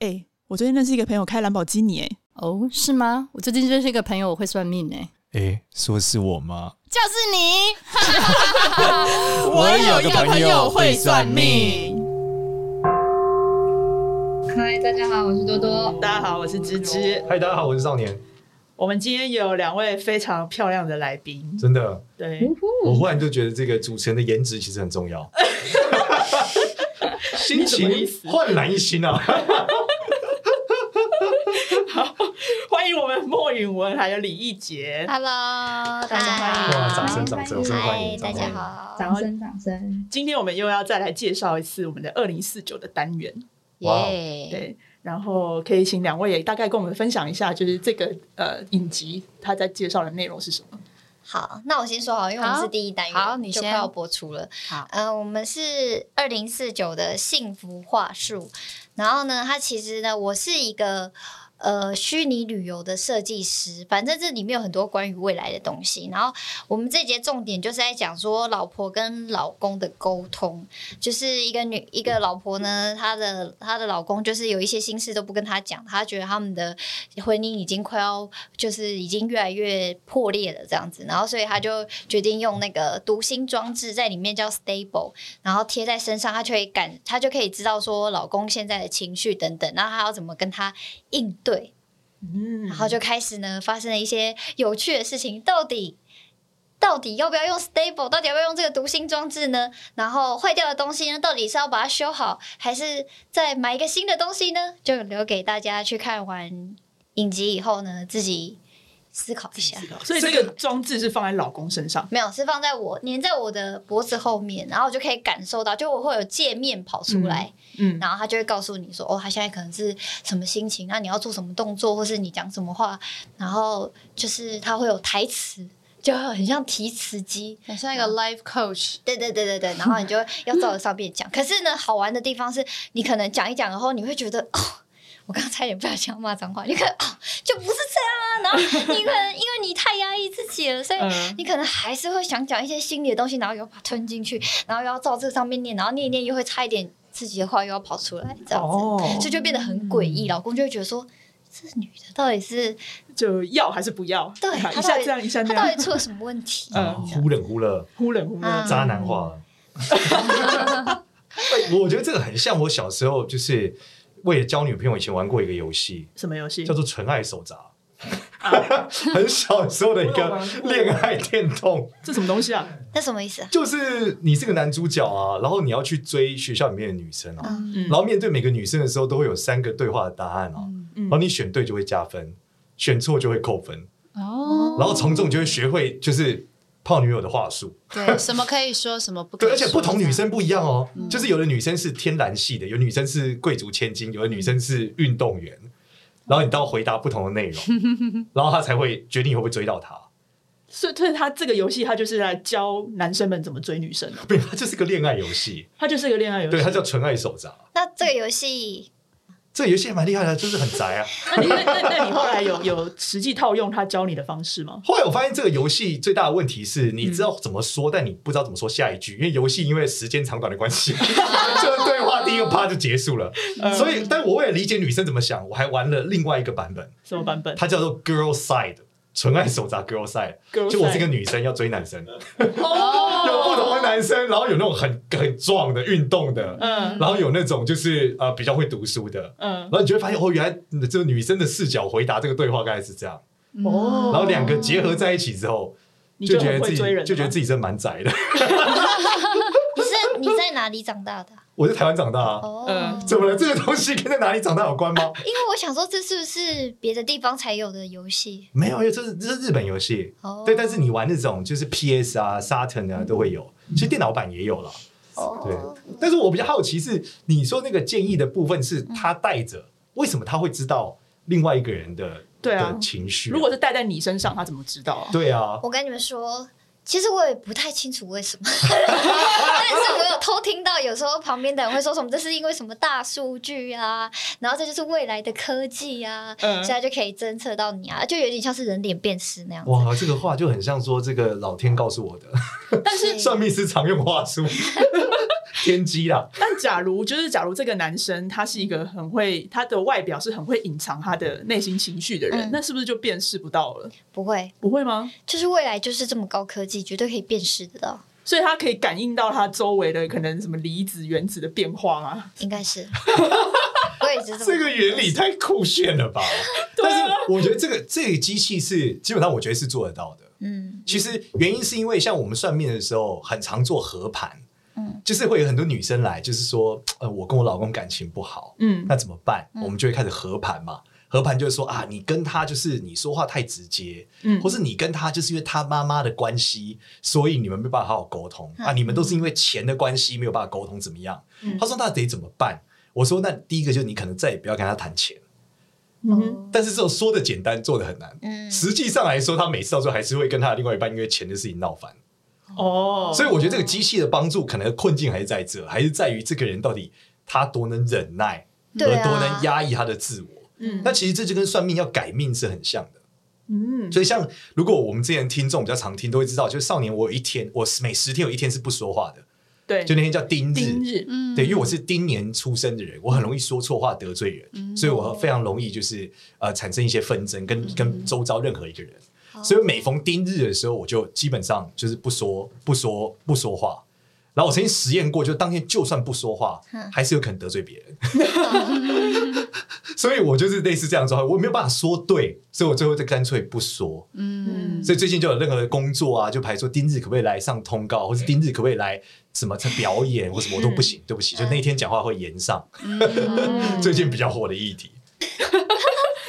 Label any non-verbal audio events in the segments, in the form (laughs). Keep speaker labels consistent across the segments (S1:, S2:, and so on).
S1: 哎、我最近认识一个朋友开兰博基尼、哎，
S2: 哦，是吗？我最近认识一个朋友，我会算命哎、
S3: 诶，说是我吗？
S2: 就是你。
S3: 我有个朋友会算命。
S4: 嗨，大家好，我是多多。
S1: 大家好，我是芝芝。
S3: 嗨，大家好，我是少年。
S1: 我们今天有两位非常漂亮的来宾，
S3: 真的，
S1: 对，
S3: 我忽然就觉得这个主持人的颜值其实很重 (laughs) 要。心情焕然一新 (laughs) 啊！
S1: 欢迎我们莫允文还有李易杰。
S5: Hello，大
S1: 嗨
S3: 哇，掌声，掌声，掌声啊欢迎！
S5: 大
S3: 掌声
S5: 家
S3: 欢迎。
S5: 好，
S1: 掌
S4: 掌声，掌声！
S1: 今天我们又要再来介绍一次我们的二零四九的单元，
S3: 哇
S5: 耶！
S1: 对。然后可以请两位也大概跟我们分享一下，就是这个呃影集它在介绍的内容是什么？
S5: 好，那我先说好，因为我们是第一单元，
S2: 好你
S5: 就
S2: 先
S5: 快要播出了。
S2: 好
S5: 呃，我们是二零四九的幸福话术。然后呢，它其实呢，我是一个呃虚拟旅游的设计师，反正这里面有很多关于未来的东西。然后我们这节重点就是在讲说老婆跟老公的沟通，就是一个女一个老婆呢，她的她的老公就是有一些心事都不跟她讲，她觉得他们的婚姻已经快要就是已经越来越破裂了这样子，然后所以她就决定用那个读心装置在里面叫 Stable，然后贴在身上，她就可以感她就可以知道说老公现在的情绪等等，然后她要怎么跟他应对，
S1: 嗯，
S5: 然后就开始呢发生了一些有趣的事情，到底。到底要不要用 stable？到底要不要用这个读心装置呢？然后坏掉的东西呢，到底是要把它修好，还是再买一个新的东西呢？就留给大家去看完影集以后呢，自己思考一下。
S1: 所以这个装置是放在老公身上，
S5: 没有，是放在我粘在我的脖子后面，然后我就可以感受到，就我会有界面跑出来，
S1: 嗯，
S5: 然后他就会告诉你说，哦，他现在可能是什么心情，那你要做什么动作，或是你讲什么话，然后就是他会有台词，就很像提词机，
S2: 很像一个 life coach，
S5: 对对对对对，然后你就要照着上面讲。可是呢，好玩的地方是你可能讲一讲，然后你会觉得哦。我刚刚差点不小心要骂脏话，你可能、哦、就不是这样啊。然后你可能因为你太压抑自己了，所以
S1: 嗯
S5: 你可能还是会想讲一些心里的东西，然后又把它吞进去，然后又要照这上面念，然后念一念又会差一点自己的话又要跑出来，这样子，
S1: 哦
S5: 所以就变得很诡异。老公就会觉得说，这女的到底是
S1: 就要还是不要？
S5: 对
S1: 一
S5: 她
S1: 下
S5: 到底
S1: 这样，一下
S5: 她
S1: 那
S5: 到
S1: 样嗯
S5: 底，出了什么问题？
S3: 啊，忽冷忽热，
S1: 忽冷忽热
S5: 嗯，
S3: 渣男化 (laughs) 了。哎我觉得这个很像我小时候，就是为了交女朋友以前玩过一个游戏，
S1: 什么游戏
S3: 叫？做《纯爱手札》。 (laughs) 很小时候的一个恋爱电动，
S1: 这什么东西啊？
S5: 那什么意思啊？
S3: 就是你是个男主角啊，然后你要去追学校里面的女生啊，
S5: 嗯
S1: 嗯
S3: 然后面对每个女生的时候，都会有三个对话的答案啊，
S1: 嗯
S3: 然后你选对就会加分，选错就会扣分，
S2: 哦，
S3: 然后从中你就会学会就是泡女友的话术。
S2: 对， (laughs) 什么可以说，什么不可以
S3: 对，
S2: 说，
S3: 而且不同女
S2: 这样
S3: 生不一样哦，就是有的女生是天然系的，有的女生是贵族千金，有的女生是运动员，然后你都要回答不同的内容，然后她才会决定你会不会追到她。
S1: 所以，所以他这个游戏，他就是来教男生们怎么追女生的，
S3: 不，它就是个恋爱游戏，
S1: 他就是一个恋爱游戏。
S3: 对，它叫纯爱手札。
S5: 那这个游戏
S3: 这游戏还蛮厉害的，就是很宅啊。
S1: 那你那那那你后来有有实际套用他教你的方式吗？
S3: 后来我发现这个游戏最大的问题是，你知道怎么说，但你不知道怎么说下一句，因为游戏因为时间长短的关系，这对话第一个趴就结束了。所以，但我为了理解女生怎么想，我还玩了另外一个版本，
S1: 什么版本？
S3: 它叫做 Girl Side。纯爱手札 girl side，
S1: Girl
S3: 就我是
S1: side
S3: 个女生要追男生，
S1: 哦，
S3: (laughs) 有不同的男生，然后有那种很很壮的运动的，
S1: 嗯
S3: 然后有那种就是呃比较会读书的，
S1: 嗯
S3: 然，后你就会发现哦，原来这个女生的视角回答这个对话大概是这样，
S1: 哦
S3: 然后两个结合在一起之后，
S1: 你
S3: 就
S1: 很
S3: 觉得自
S1: 会
S3: 己
S1: 追人，
S3: 就觉得自己真的蛮宅的。 (laughs)
S5: (laughs) 你是你在哪里长大的啊？
S3: 我在台湾长大、啊，
S5: 哦、
S1: 嗯
S3: 怎么了？这个东西跟在哪里长大有关
S5: (laughs)
S3: 吗？
S5: 因为我想说，这是不是别的地方才有的游戏？
S3: 没有，因为这是这是日本游戏，
S5: 哦，嗯
S3: 对。但是你玩那种就是 PS 啊、Saturn 啊都会有，其实电脑版也有啦。对
S5: 哦，，
S3: 但是我比较好奇是，你说那个建议的部分是他带着，为什么他会知道另外一个人的
S1: 对啊
S3: 的情绪啊？
S1: 如果是戴在你身上，他怎么知道啊？
S3: 对啊，
S5: 我跟你们说，其实我也不太清楚
S1: (laughs)
S5: 为什么，但是我有偷听到，有时候旁边的人会说什么，这是因为什么大数据啊，然后这就是未来的科技啊，
S1: 嗯
S5: 现在就可以侦测到你啊，就有点像是人脸辨识那样子。
S3: 哇，这个话就 (laughs) 很像说这个老天告诉我的，
S1: 但是
S3: 算命师常用话术。 (laughs) 天机啦，
S1: 但假如就是假如这个男生他是一个很会他的外表是很会隐藏他的内心情绪的人，
S5: 嗯
S1: 那是不是就辨识不到了？
S5: 不会，
S1: 不会吗？
S5: 就是未来就是这么高科技，绝对可以辨识得到，
S1: 所以他可以感应到他周围的可能什么离子、原子的变化吗？
S5: 应
S1: (laughs)
S5: 该是。我也是这么
S3: 这个原理太酷炫了吧？但是我觉得这个这个机器是基本上我觉得是做得到的。
S5: 嗯
S3: 其实原因是因为像我们算命的时候，很常做合盘，
S5: 嗯
S3: 就是会有很多女生来，就是说，呃，我跟我老公感情不好，
S1: 嗯
S3: 那怎么办？我们就会开始合盘嘛。合盘就是说啊，你跟他就是你说话太直接，
S1: 嗯
S3: 或是你跟他就是因为他妈妈的关系，所以你们没有办法好好沟通、啊，你们都是因为钱的关系没有办法沟通，怎么样？
S1: 嗯
S3: 他说那得怎么办？我说那第一个就是你可能再也不要跟他谈钱，
S1: 嗯哼，
S3: 但是这种说的简单，做的很难。
S5: 嗯，
S3: 实际上来说，他每次到最后还是会跟他的另外一半因为钱的事情闹翻，
S1: 哦，
S3: 所以我觉得这个机器的帮助可能困境还是在这，还是在于这个人到底他多能忍耐，而
S5: 对啊
S3: 多能压抑他的自我。
S1: 嗯
S3: 那其实这就跟算命要改命是很像的。
S1: 嗯
S3: 所以，像如果我们之前听众比较常听，都会知道，就是少年我有一天，我每十天有一天是不说话的，
S1: 对，
S3: 就那天叫丁
S1: 丁
S3: 日。
S1: 日，
S2: 嗯，
S3: 对，因为我是丁年出生的人，我很容易说错话得罪人，所以我非常容易就是呃产生一些纷争，
S1: 嗯
S3: 跟跟周遭任何一个人。
S1: 哦
S3: 所以每逢丁日的时候，我就基本上就是不说不说不说话。然后我曾经实验过，就当天就算不说话，还是有可能得罪别人。 (laughs) 所以我就是类似这样的状态，我没有办法说对，所以我最后就干脆不说。
S2: 嗯，
S3: 所以最近就有任何的工作啊，就排说丁日可不可以来上通告，或是丁日可不可以来什么表演，或什么我都不行，对不起，就那一天讲话会延上。
S1: (laughs)
S2: 嗯
S3: (laughs) 最近比较火的议题，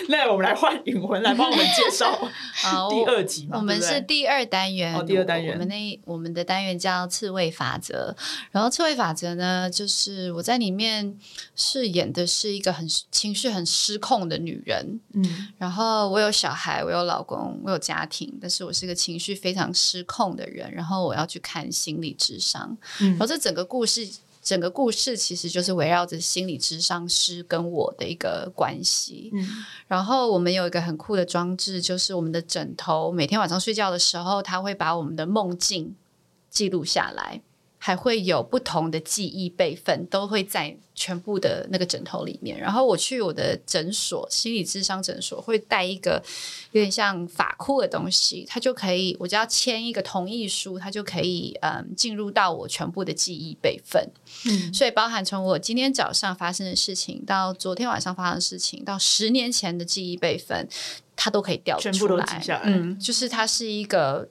S1: 那我们来换允魂来帮我们介绍
S2: 好
S1: 第二集嘛，
S2: 我们是
S1: 对不对
S2: 第二单元，
S1: 哦第二单元
S2: 我们那我们的单元叫刺猬法则。然后刺猬法则呢，就是我在里面饰演的是一个很情绪很失控的女人。
S1: 嗯
S2: 然后我有小孩，我有老公，我有家庭，但是我是一个情绪非常失控的人。然后我要去看心理智商，
S1: 嗯
S2: 然后这整个故事。整个故事其实就是围绕着心理智商师跟我的一个关系，
S1: 嗯
S2: 然后我们有一个很酷的装置，就是我们的枕头，每天晚上睡觉的时候，它会把我们的梦境记录下来，还会有不同的记忆备份，都会在全部的那个枕头里面。然后我去我的诊所，心理智商诊所会带一个有点像法库的东西，它就可以，我只要签一个同意书，它就可以嗯进入到我全部的记忆备份。
S1: 嗯
S2: 所以包含从我今天早上发生的事情，到昨天晚上发生的事情，到十年前的记忆备份，它都可以调出来。
S1: 全部都记下来
S2: 嗯，就是它是一个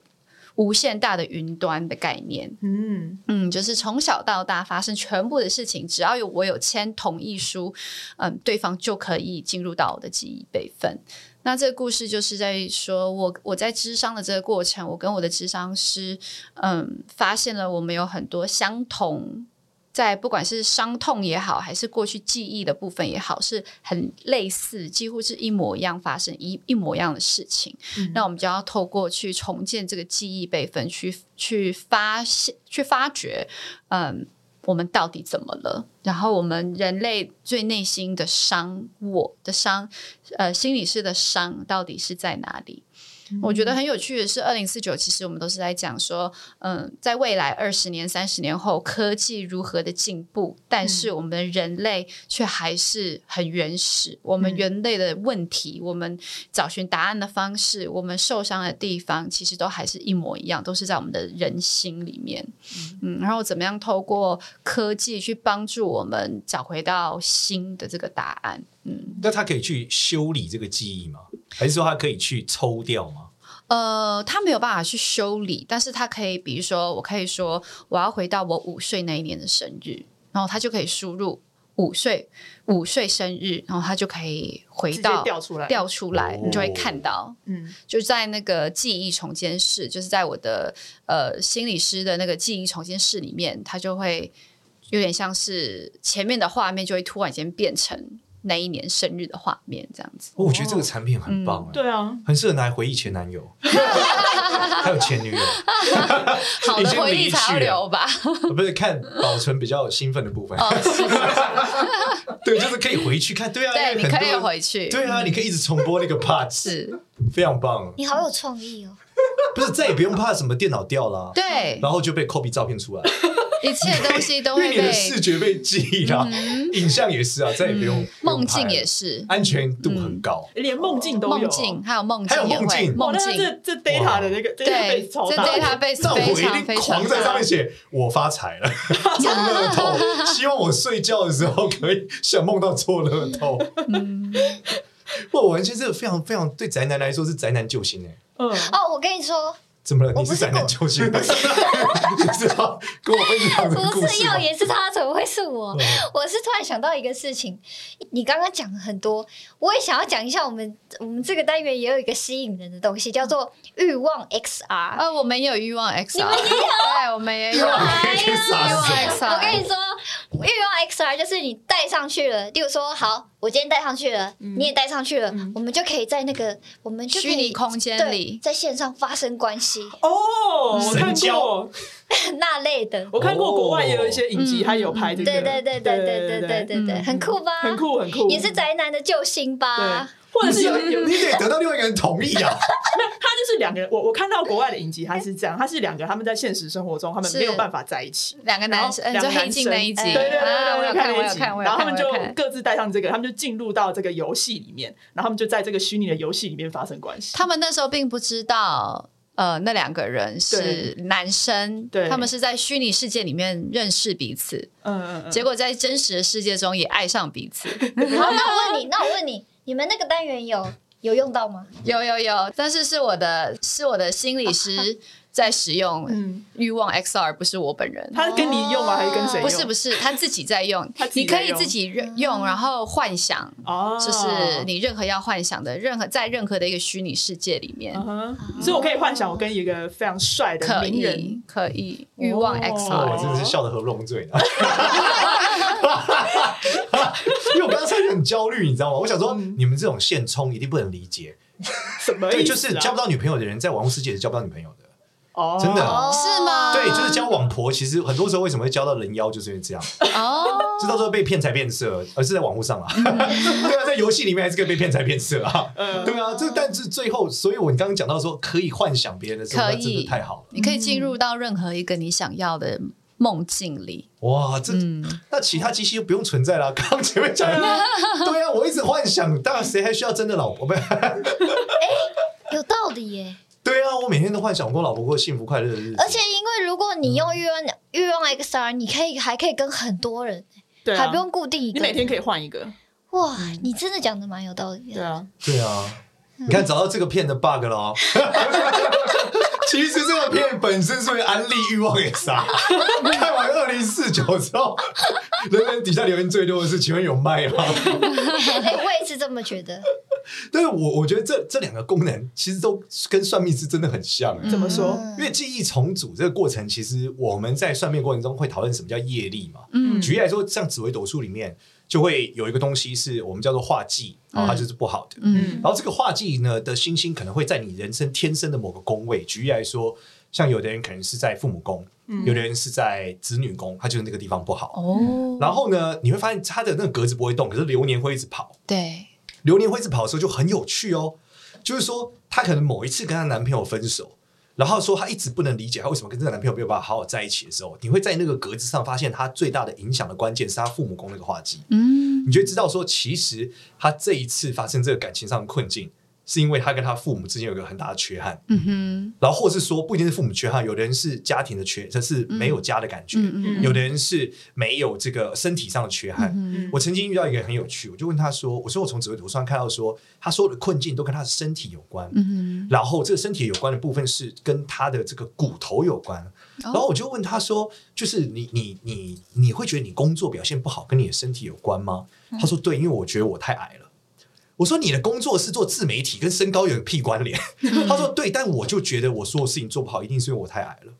S2: 无限大的云端的概念。
S1: 嗯
S2: 嗯，就是从小到大发生全部的事情，只要有我有签同意书，嗯，对方就可以进入到我的记忆备份。那这个故事就是在说我我在智商的这个过程，我跟我的智商师，嗯，发现了我们有很多相同，在不管是伤痛也好，还是过去记忆的部分也好，是很类似，几乎是一模一样发生一一模一样的事情。
S1: 嗯
S2: 那我们就要透过去重建这个记忆备份，去去发现、去发掘，嗯，我们到底怎么了？然后我们人类最内心的伤，我的伤，呃，心理师的伤到底是在哪里？
S1: 嗯
S2: 我觉得很有趣的是，二零四九，其实我们都是在讲说，嗯，在未来二十年、三十年后，科技如何的进步，但
S1: 嗯
S2: 是我们人类却还是很原始。我们
S1: 嗯
S2: 人类的问题，我们找寻答案的方式，我们受伤的地方，其实都还是一模一样，都是在我们的人心里面。嗯，然后怎么样透过科技去帮助我们找回到新的这个答案？嗯。
S3: 那他可以去修理这个记忆吗？还是说他可以去抽掉吗？
S2: 呃，他没有办法去修理，但是他可以，比如说，我可以说我要回到我五岁那一年的生日，然后他就可以输入五岁五岁生日，然后他就可以回
S1: 直接
S2: 到
S1: 调出来
S2: 调出来，
S3: 哦
S2: 你就会看到，
S1: 嗯
S2: 就在那个记忆重建室，就是在我的呃心理师的那个记忆重建室里面，他就会有点像是前面的画面就会突然间变成那一年生日的画面这样子。
S3: 哦我觉得这个产品很棒、
S2: 哦嗯
S3: 哎
S1: 对啊，
S3: 很适合拿来回忆前男友， (laughs) 还有前女友，
S2: 好
S3: 已
S2: 的
S3: 经
S2: 回
S3: 离
S2: 忆才要
S3: 去了
S2: 留
S3: (laughs)
S2: 吧。
S3: 呃不是看保存比较兴奋的部分。
S2: 哦
S3: 对，就是可以回去看，对啊，
S2: 对，
S3: 因为
S2: 你
S3: 很多
S2: 可以回去。
S3: 对啊，你可以一直重播那个
S2: (laughs)
S3: part，
S2: 是，
S3: 非常棒。
S5: 你好有创意哦。
S3: 不是，再也不用怕什么电脑掉了啊、
S2: 对
S3: 然后就被 copy 照片出来，
S2: 一切东西都
S3: 因为
S2: 会
S3: 你的
S2: 被嗯
S3: 视觉被记忆了，影像也是啊，再也不用
S2: 梦境也，
S3: 不
S2: 是
S3: 用拍安全度很高。
S1: 连梦境都有
S2: 梦境，还有梦
S3: 还有
S2: 境也
S3: 梦
S2: 会
S1: 哇
S3: 境
S2: 梦
S1: 那
S2: 境，
S1: 这这 data 的那个 data
S2: 对，
S1: 被超
S2: 这
S1: 大的，
S3: 那
S2: database
S3: 我
S2: 嗯非
S3: 一
S2: 常非
S3: 定
S2: 常
S3: 狂在上
S2: 大
S3: 面。写“我发
S2: (laughs)
S3: 财了，中乐透”，希望我睡觉的时候可以想梦到中乐透。
S2: 嗯，
S3: 哇，完全是非常非常对宅男来说是宅男救星哎、
S1: 嗯，
S5: 哦，我跟你说，
S3: 怎么了？
S5: 我
S3: 你
S5: 不
S3: 是
S5: 是
S3: 宅男
S5: 我
S3: 救星？ (laughs) 你知道跟我分享的故
S5: 不是
S3: 事吗
S5: 耀？眼是他，怎么会是我？
S3: 嗯
S5: 我是突然想到一个事情，你刚刚讲了很多，我也想要讲一下我们我们这个单元也有一个吸引人的东西，叫做欲望 XR。
S2: 啊，我们也有欲望 XR，对，我们也有
S3: (laughs) 欲。望
S2: 哎
S3: XR 是什么？
S5: 我跟你说，欲望 XR 就是你戴上去了，例如说，好，我今天戴上去了，
S1: 嗯
S5: 你也戴上去了，
S1: 嗯
S5: 我们就可以在那个我们就可以
S2: 虚拟空间
S5: 对
S2: 里，
S5: 在线上发生关系
S1: 哦，我看
S3: 神交
S1: 过，
S5: 那类的。
S1: 我看过国外也有一些影集，
S2: 哦
S1: 它有拍这个，
S5: 对对对对对对对对对，
S2: 嗯
S5: 很酷吧？
S1: 很，酷很酷，
S5: 也是宅男的救星吧？
S1: 对，啊或者
S3: 你
S1: 是有有
S3: 你得得到另外一个人同意啊！
S1: 他就是两个人，我我看到国外的影集，他是这样，他是两个他们在现实生活中他们
S2: 是
S1: 没有办法在一起。
S2: 两个男生，
S1: 然
S2: 嗯
S1: 后
S2: 就
S1: 两个
S2: 黑
S1: 男
S2: 镜
S1: 生
S2: 那一集
S1: 对
S5: 哎
S1: 对对
S2: 啊，
S1: 对，
S2: 我有看，我有
S1: 一集
S2: 看，我有看，
S1: 然后他们就
S2: 我有看
S1: 各自带上这个，他们就进入到这个游戏里面，然后他们就在这个虚拟的游戏里面发生关系。
S2: 他们那时候并不知道，呃，那两个人是男生，
S1: 对
S2: 他们是在虚拟世界里面认识彼此，
S1: 嗯嗯嗯，
S2: 结果在真实的世界中也爱上彼此。 (laughs)
S5: 好，那我问你，那我问你，你们那个单元有有用到吗？
S2: 有有有，但是是我的是我的心
S1: (laughs)
S2: 理师在使用
S1: 嗯，
S2: 欲望 XR，不是我本人。
S1: 他跟你用吗？还是跟谁用？
S2: 不是不是，他自己在用
S1: 他，自
S2: 你
S1: 己
S2: 可
S1: 在
S2: 以
S1: 用嗯
S2: 自己用，然后幻想，
S1: 哦，
S2: 就是你任何要幻想的，任何在任何的一个虚拟世界里面
S1: 嗯，哼，所以我可以幻想我跟一个非常帅的
S2: 可
S1: 名人
S2: 以可以欲望
S1: 哦
S2: XR
S3: 我真的是笑得合不拢嘴呢。 (laughs) 因为我刚才很焦虑，你知道吗？我想说，你们这种现充一定不能理解，
S1: 什么嗯
S3: 对，
S1: 意思啊？
S3: 就是交不到女朋友的人，在网络世界是交不到女朋友的。
S1: 哦，
S3: 真的啊
S2: 是吗
S3: 对，就是交网婆，其实很多时候为什么会交到人妖，就是因为这样，
S2: 哦，
S3: 知道说被骗财骗色，而是在网络上啊。 (laughs) 对啊，在游戏里面还是可以被骗财骗色啊。
S1: 嗯
S3: 对啊，这但是最后，所以我你刚刚讲到说可以幻想别人的时候，
S2: 可
S3: 那
S2: 以
S3: 真的太好了
S2: 你可以进入到任何一个你想要的梦境里。
S3: 哇！这
S2: 嗯，
S3: 那其他机器就不用存在 (laughs) 了。刚刚前面讲的，对啊，我一直幻想，当然谁还需要真的老婆？ (laughs) 不，
S5: 有道理耶。
S3: 对啊，我每天都幻想我跟我老婆过幸福快乐的日子。
S5: 而且，因为如果你用欲望欲望 XR，你可以还可以跟很多人，
S1: 对啊嗯
S5: 还不
S2: 嗯
S5: 用固定一
S1: 你
S5: 个
S1: 每。天可以换一个，
S5: 哇，你真的讲的蛮有道理
S1: 对
S5: 的。
S1: 啊，
S3: 对啊，你看找到这个片的 bug 了哦。 (laughs) 其实这个片本身是为安利欲望 XR。看 (laughs) 完二零四九之后， (laughs) 人人底下留言最多的是：请问有卖吗？
S1: 啊
S5: (laughs) 哎，我也是这么觉
S1: (laughs)
S5: 得。
S3: 但是我我觉得这这两个功能其实都跟算命是真的很像、欸。
S1: 怎么说？
S5: 嗯
S3: 因为记忆重组这个过程，其实我们在算命过程中会讨论什么叫业力嘛。
S2: 嗯
S3: 举例来说，像紫微斗数里面就会有一个东西是我们叫做化忌，然后它就是不好的。
S2: 嗯
S3: 然后这个化忌呢的星星可能会在你人生天生的某个宫位。举例来说，像有的人可能是在父母宫，
S1: 嗯
S3: 有的人是在子女宫，他就是那个地方不好。
S2: 哦，
S3: 然后呢，你会发现他的那个格子不会动，可是流年会一直跑。
S2: 对，
S3: 流年会一直跑的时候就很有趣哦，就是说她可能某一次跟她男朋友分手，然后说她一直不能理解她为什么跟这个男朋友没有办法好好在一起的时候，你会在那个格子上发现她最大的影响的关键是她父母宫那个画技，
S2: 嗯
S3: 你就会知道说其实她这一次发生这个感情上的困境，是因为她跟她父母之间有一个很大的缺憾，
S2: 嗯哼，
S3: 然后或是说不一定是父母缺憾，有的人是家庭的缺，这是没有家的感觉，
S2: 嗯嗯
S3: 有的人是没有这个身体上的缺憾，
S2: 嗯
S3: 我曾经遇到一个很有趣，我就问他说：“我说我从紫微图上看到说，他所有的困境都跟他的身体有关，
S2: 嗯
S3: 然后这个身体有关的部分是跟他的这个骨头有关。
S1: 哦
S3: 然后我就问他说：‘就是你你你你会觉得你工作表现不好跟你的身体有关吗？’
S1: 嗯
S3: 他说：‘对，因为我觉得我太矮了。’我说：‘你的工作是做自媒体，跟身高有屁关
S1: (laughs)
S3: 联？’他说：‘对，但我就觉得我所有事情做不好，一定是因为我太矮了。’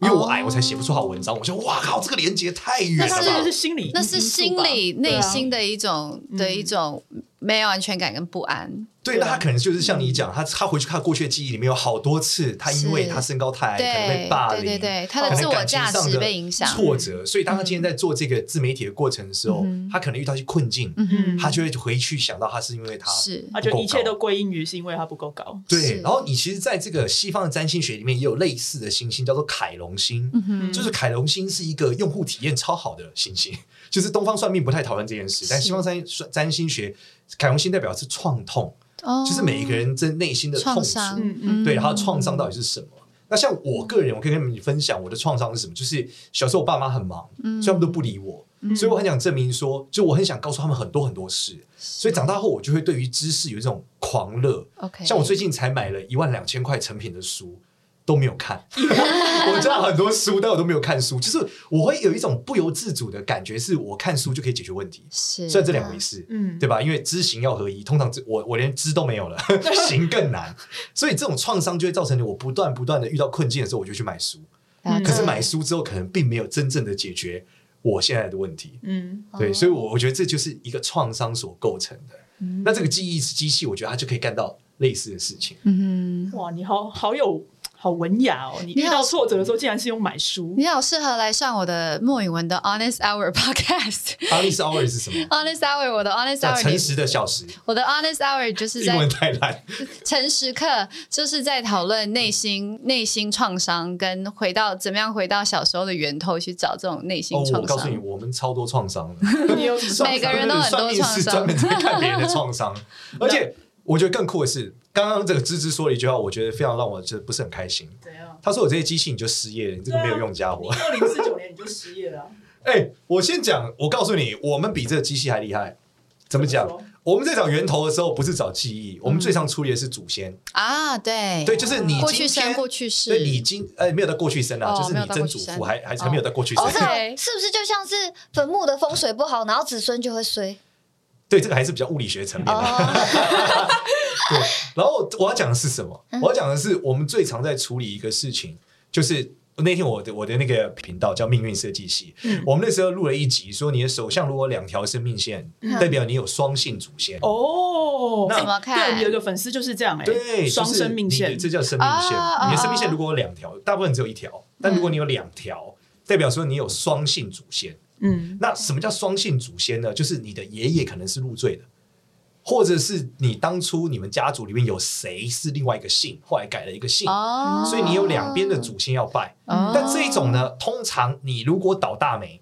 S3: 因为我矮，我才写不出好文章。我说，哇靠，这个连接太远
S1: 那
S3: 了
S1: 他
S3: 吧！
S1: 这个是心理因素吧，
S2: 那是心理
S1: 对
S2: 内
S1: 啊
S2: 心的一种的一种没有安全感跟不安。
S3: 对，那他可能就是像你讲，他他回去看过去的记忆里面有好多次，他因为
S2: 是
S3: 他身高太矮，哎可能被
S2: 对
S3: 霸
S2: 对
S3: 凌，哦
S2: 对对，他
S3: 可
S2: 的
S3: 能
S2: 自我
S3: 感情
S2: 价
S3: 上
S2: 值
S3: 的
S2: 被影响，
S3: 挫折，所以当他今天在做这个自媒体的过程的时候，
S2: 嗯
S3: 他可能遇到一些困境，
S2: 嗯哼，
S3: 他就会回去想到他是因为他。
S2: 是
S1: 啊，就一切都归因于是因为他不够高。
S3: 对，
S2: 是
S3: 然后你其实在这个西方的占星学里面也有类似的行星，叫做凯龙星。
S2: 嗯哼，
S3: 就是凯龙星是一个用户体验超好的行星， (laughs) 就是东方算命不太讨论这件事，但
S2: 是
S3: 西方占占星学，凯龙星代表是创痛，
S2: 哦
S3: 就是每一个人真内心的痛
S2: 创
S3: 楚，
S2: 伤，
S1: 嗯
S2: 嗯
S3: 对，他的创伤到底是什么？那像我个人，我可以跟你们分享我的创伤是什么，就是小时候我爸妈很忙，
S2: 嗯
S3: 所以他们都不理我，所以我很想证明说，就我很想告诉他们很多很多事，所以长大后我就会对于知识有一种狂热。
S2: OK，
S3: 像我最近才买了一万两千块成品的书，都没有看。 (laughs) 我知道很多书，但我都没有看书。就是我会有一种不由自主的感觉，是我看书就可以解决问题。
S2: 是
S3: 虽然这两回事，
S1: 嗯
S3: 对吧？因为知行要合一，通常知我我连知都
S2: (laughs)
S3: 没有了，行更难。所以这种创伤就会造成我不断不断的遇到困境的时候，我就去买书。
S2: 了解
S3: 可是买书之后，可能并没有真正的解决我现在的问题。
S1: 嗯
S3: 对，
S5: 哦
S3: 所以我我觉得这就是一个创伤所构成的。那这个记忆机器，我觉得它就可以干到类似的事情。
S2: 嗯哼，
S1: 哇，你好好有好文雅哦！你
S2: 你
S1: 遇
S2: 好
S1: 到挫折的时候，竟然是用买书。
S2: 你好适合来上我的莫允文的 Honest Hour (laughs) Podcast。
S3: h o 是 hour 是什么？
S2: Honest Hour，我的 Honest
S3: 啊，
S2: Hour，
S3: 诚
S2: 你
S3: 实的小时，
S2: 我的 Honest Hour 就是
S3: 英
S2: 在
S3: 文太烂。
S2: 诚实课，就是在讨论内心、内心创伤，跟回到怎么样回到小时候的源头去找这种内
S3: 哦
S2: 心，
S3: 我
S2: 创
S3: 告诉
S2: 伤。
S3: 你，我们超多创伤的。
S1: 你有什么
S2: 每个人都很多创伤
S3: 算命是专门在看别人的创
S2: (laughs)
S3: 伤，而且我觉得更酷的是，刚刚这个芝芝说了一句话，我觉得非常让我这不是很开心。
S1: 怎样？
S3: 他说：“我这些机器你就失业了，你这个
S1: 啊
S3: 没有用家伙。
S1: 二零四九年你就失业了啊，
S3: 哎、我先讲，我告诉你，我们比这个机器还厉害。怎么讲
S1: 怎么说？嗯
S3: 我们在找源头的时候，不是找记忆，我们最常处理的是祖先。
S2: 啊，对，
S3: 对，就是你
S2: 过
S3: 今
S2: 去
S3: 天
S2: 生、过去世，
S3: 对你今呃没有到过去生啊，
S2: 哦
S3: 就是
S2: 没
S3: 你
S2: 有到
S3: 曾
S2: 过去
S3: 祖
S2: 生
S3: 父还还还没有到过去生
S5: 哦，
S2: OK
S5: 这。个是不是就像是坟墓的风水不好，然后子孙就会衰？
S3: 对，这个还是比较物理学层面的。
S5: 哦，
S3: 对，然后我要讲的是什么？
S1: 嗯
S3: 我要讲的是，我们最常在处理一个事情，就是那天我的我的那个频道叫命运设计系，
S1: 嗯
S3: 我们那时候录了一集，说你的手相如果有两条生命线，代表你有双性祖先。
S1: 嗯哦，
S3: 那
S2: 怎么看
S1: 对，有一个粉丝就是这样哎，
S3: 对，
S1: 双
S3: 就是
S1: 生命
S3: 你
S1: 线啊
S3: 你，这叫生命线。
S2: 哦哦
S3: 你的生命线如果有两条，大部分只有一条，但如果你有两条，代表说你有双性祖先。
S1: 嗯
S3: 那什么叫双性祖先呢？就是你的爷爷可能是入赘的，或者是你当初你们家族里面有谁是另外一个姓，后来改了一个姓，
S2: 哦，
S3: 所以你有两边的祖先要拜。
S2: 哦，嗯
S3: 但这一种呢，通常你如果倒大霉，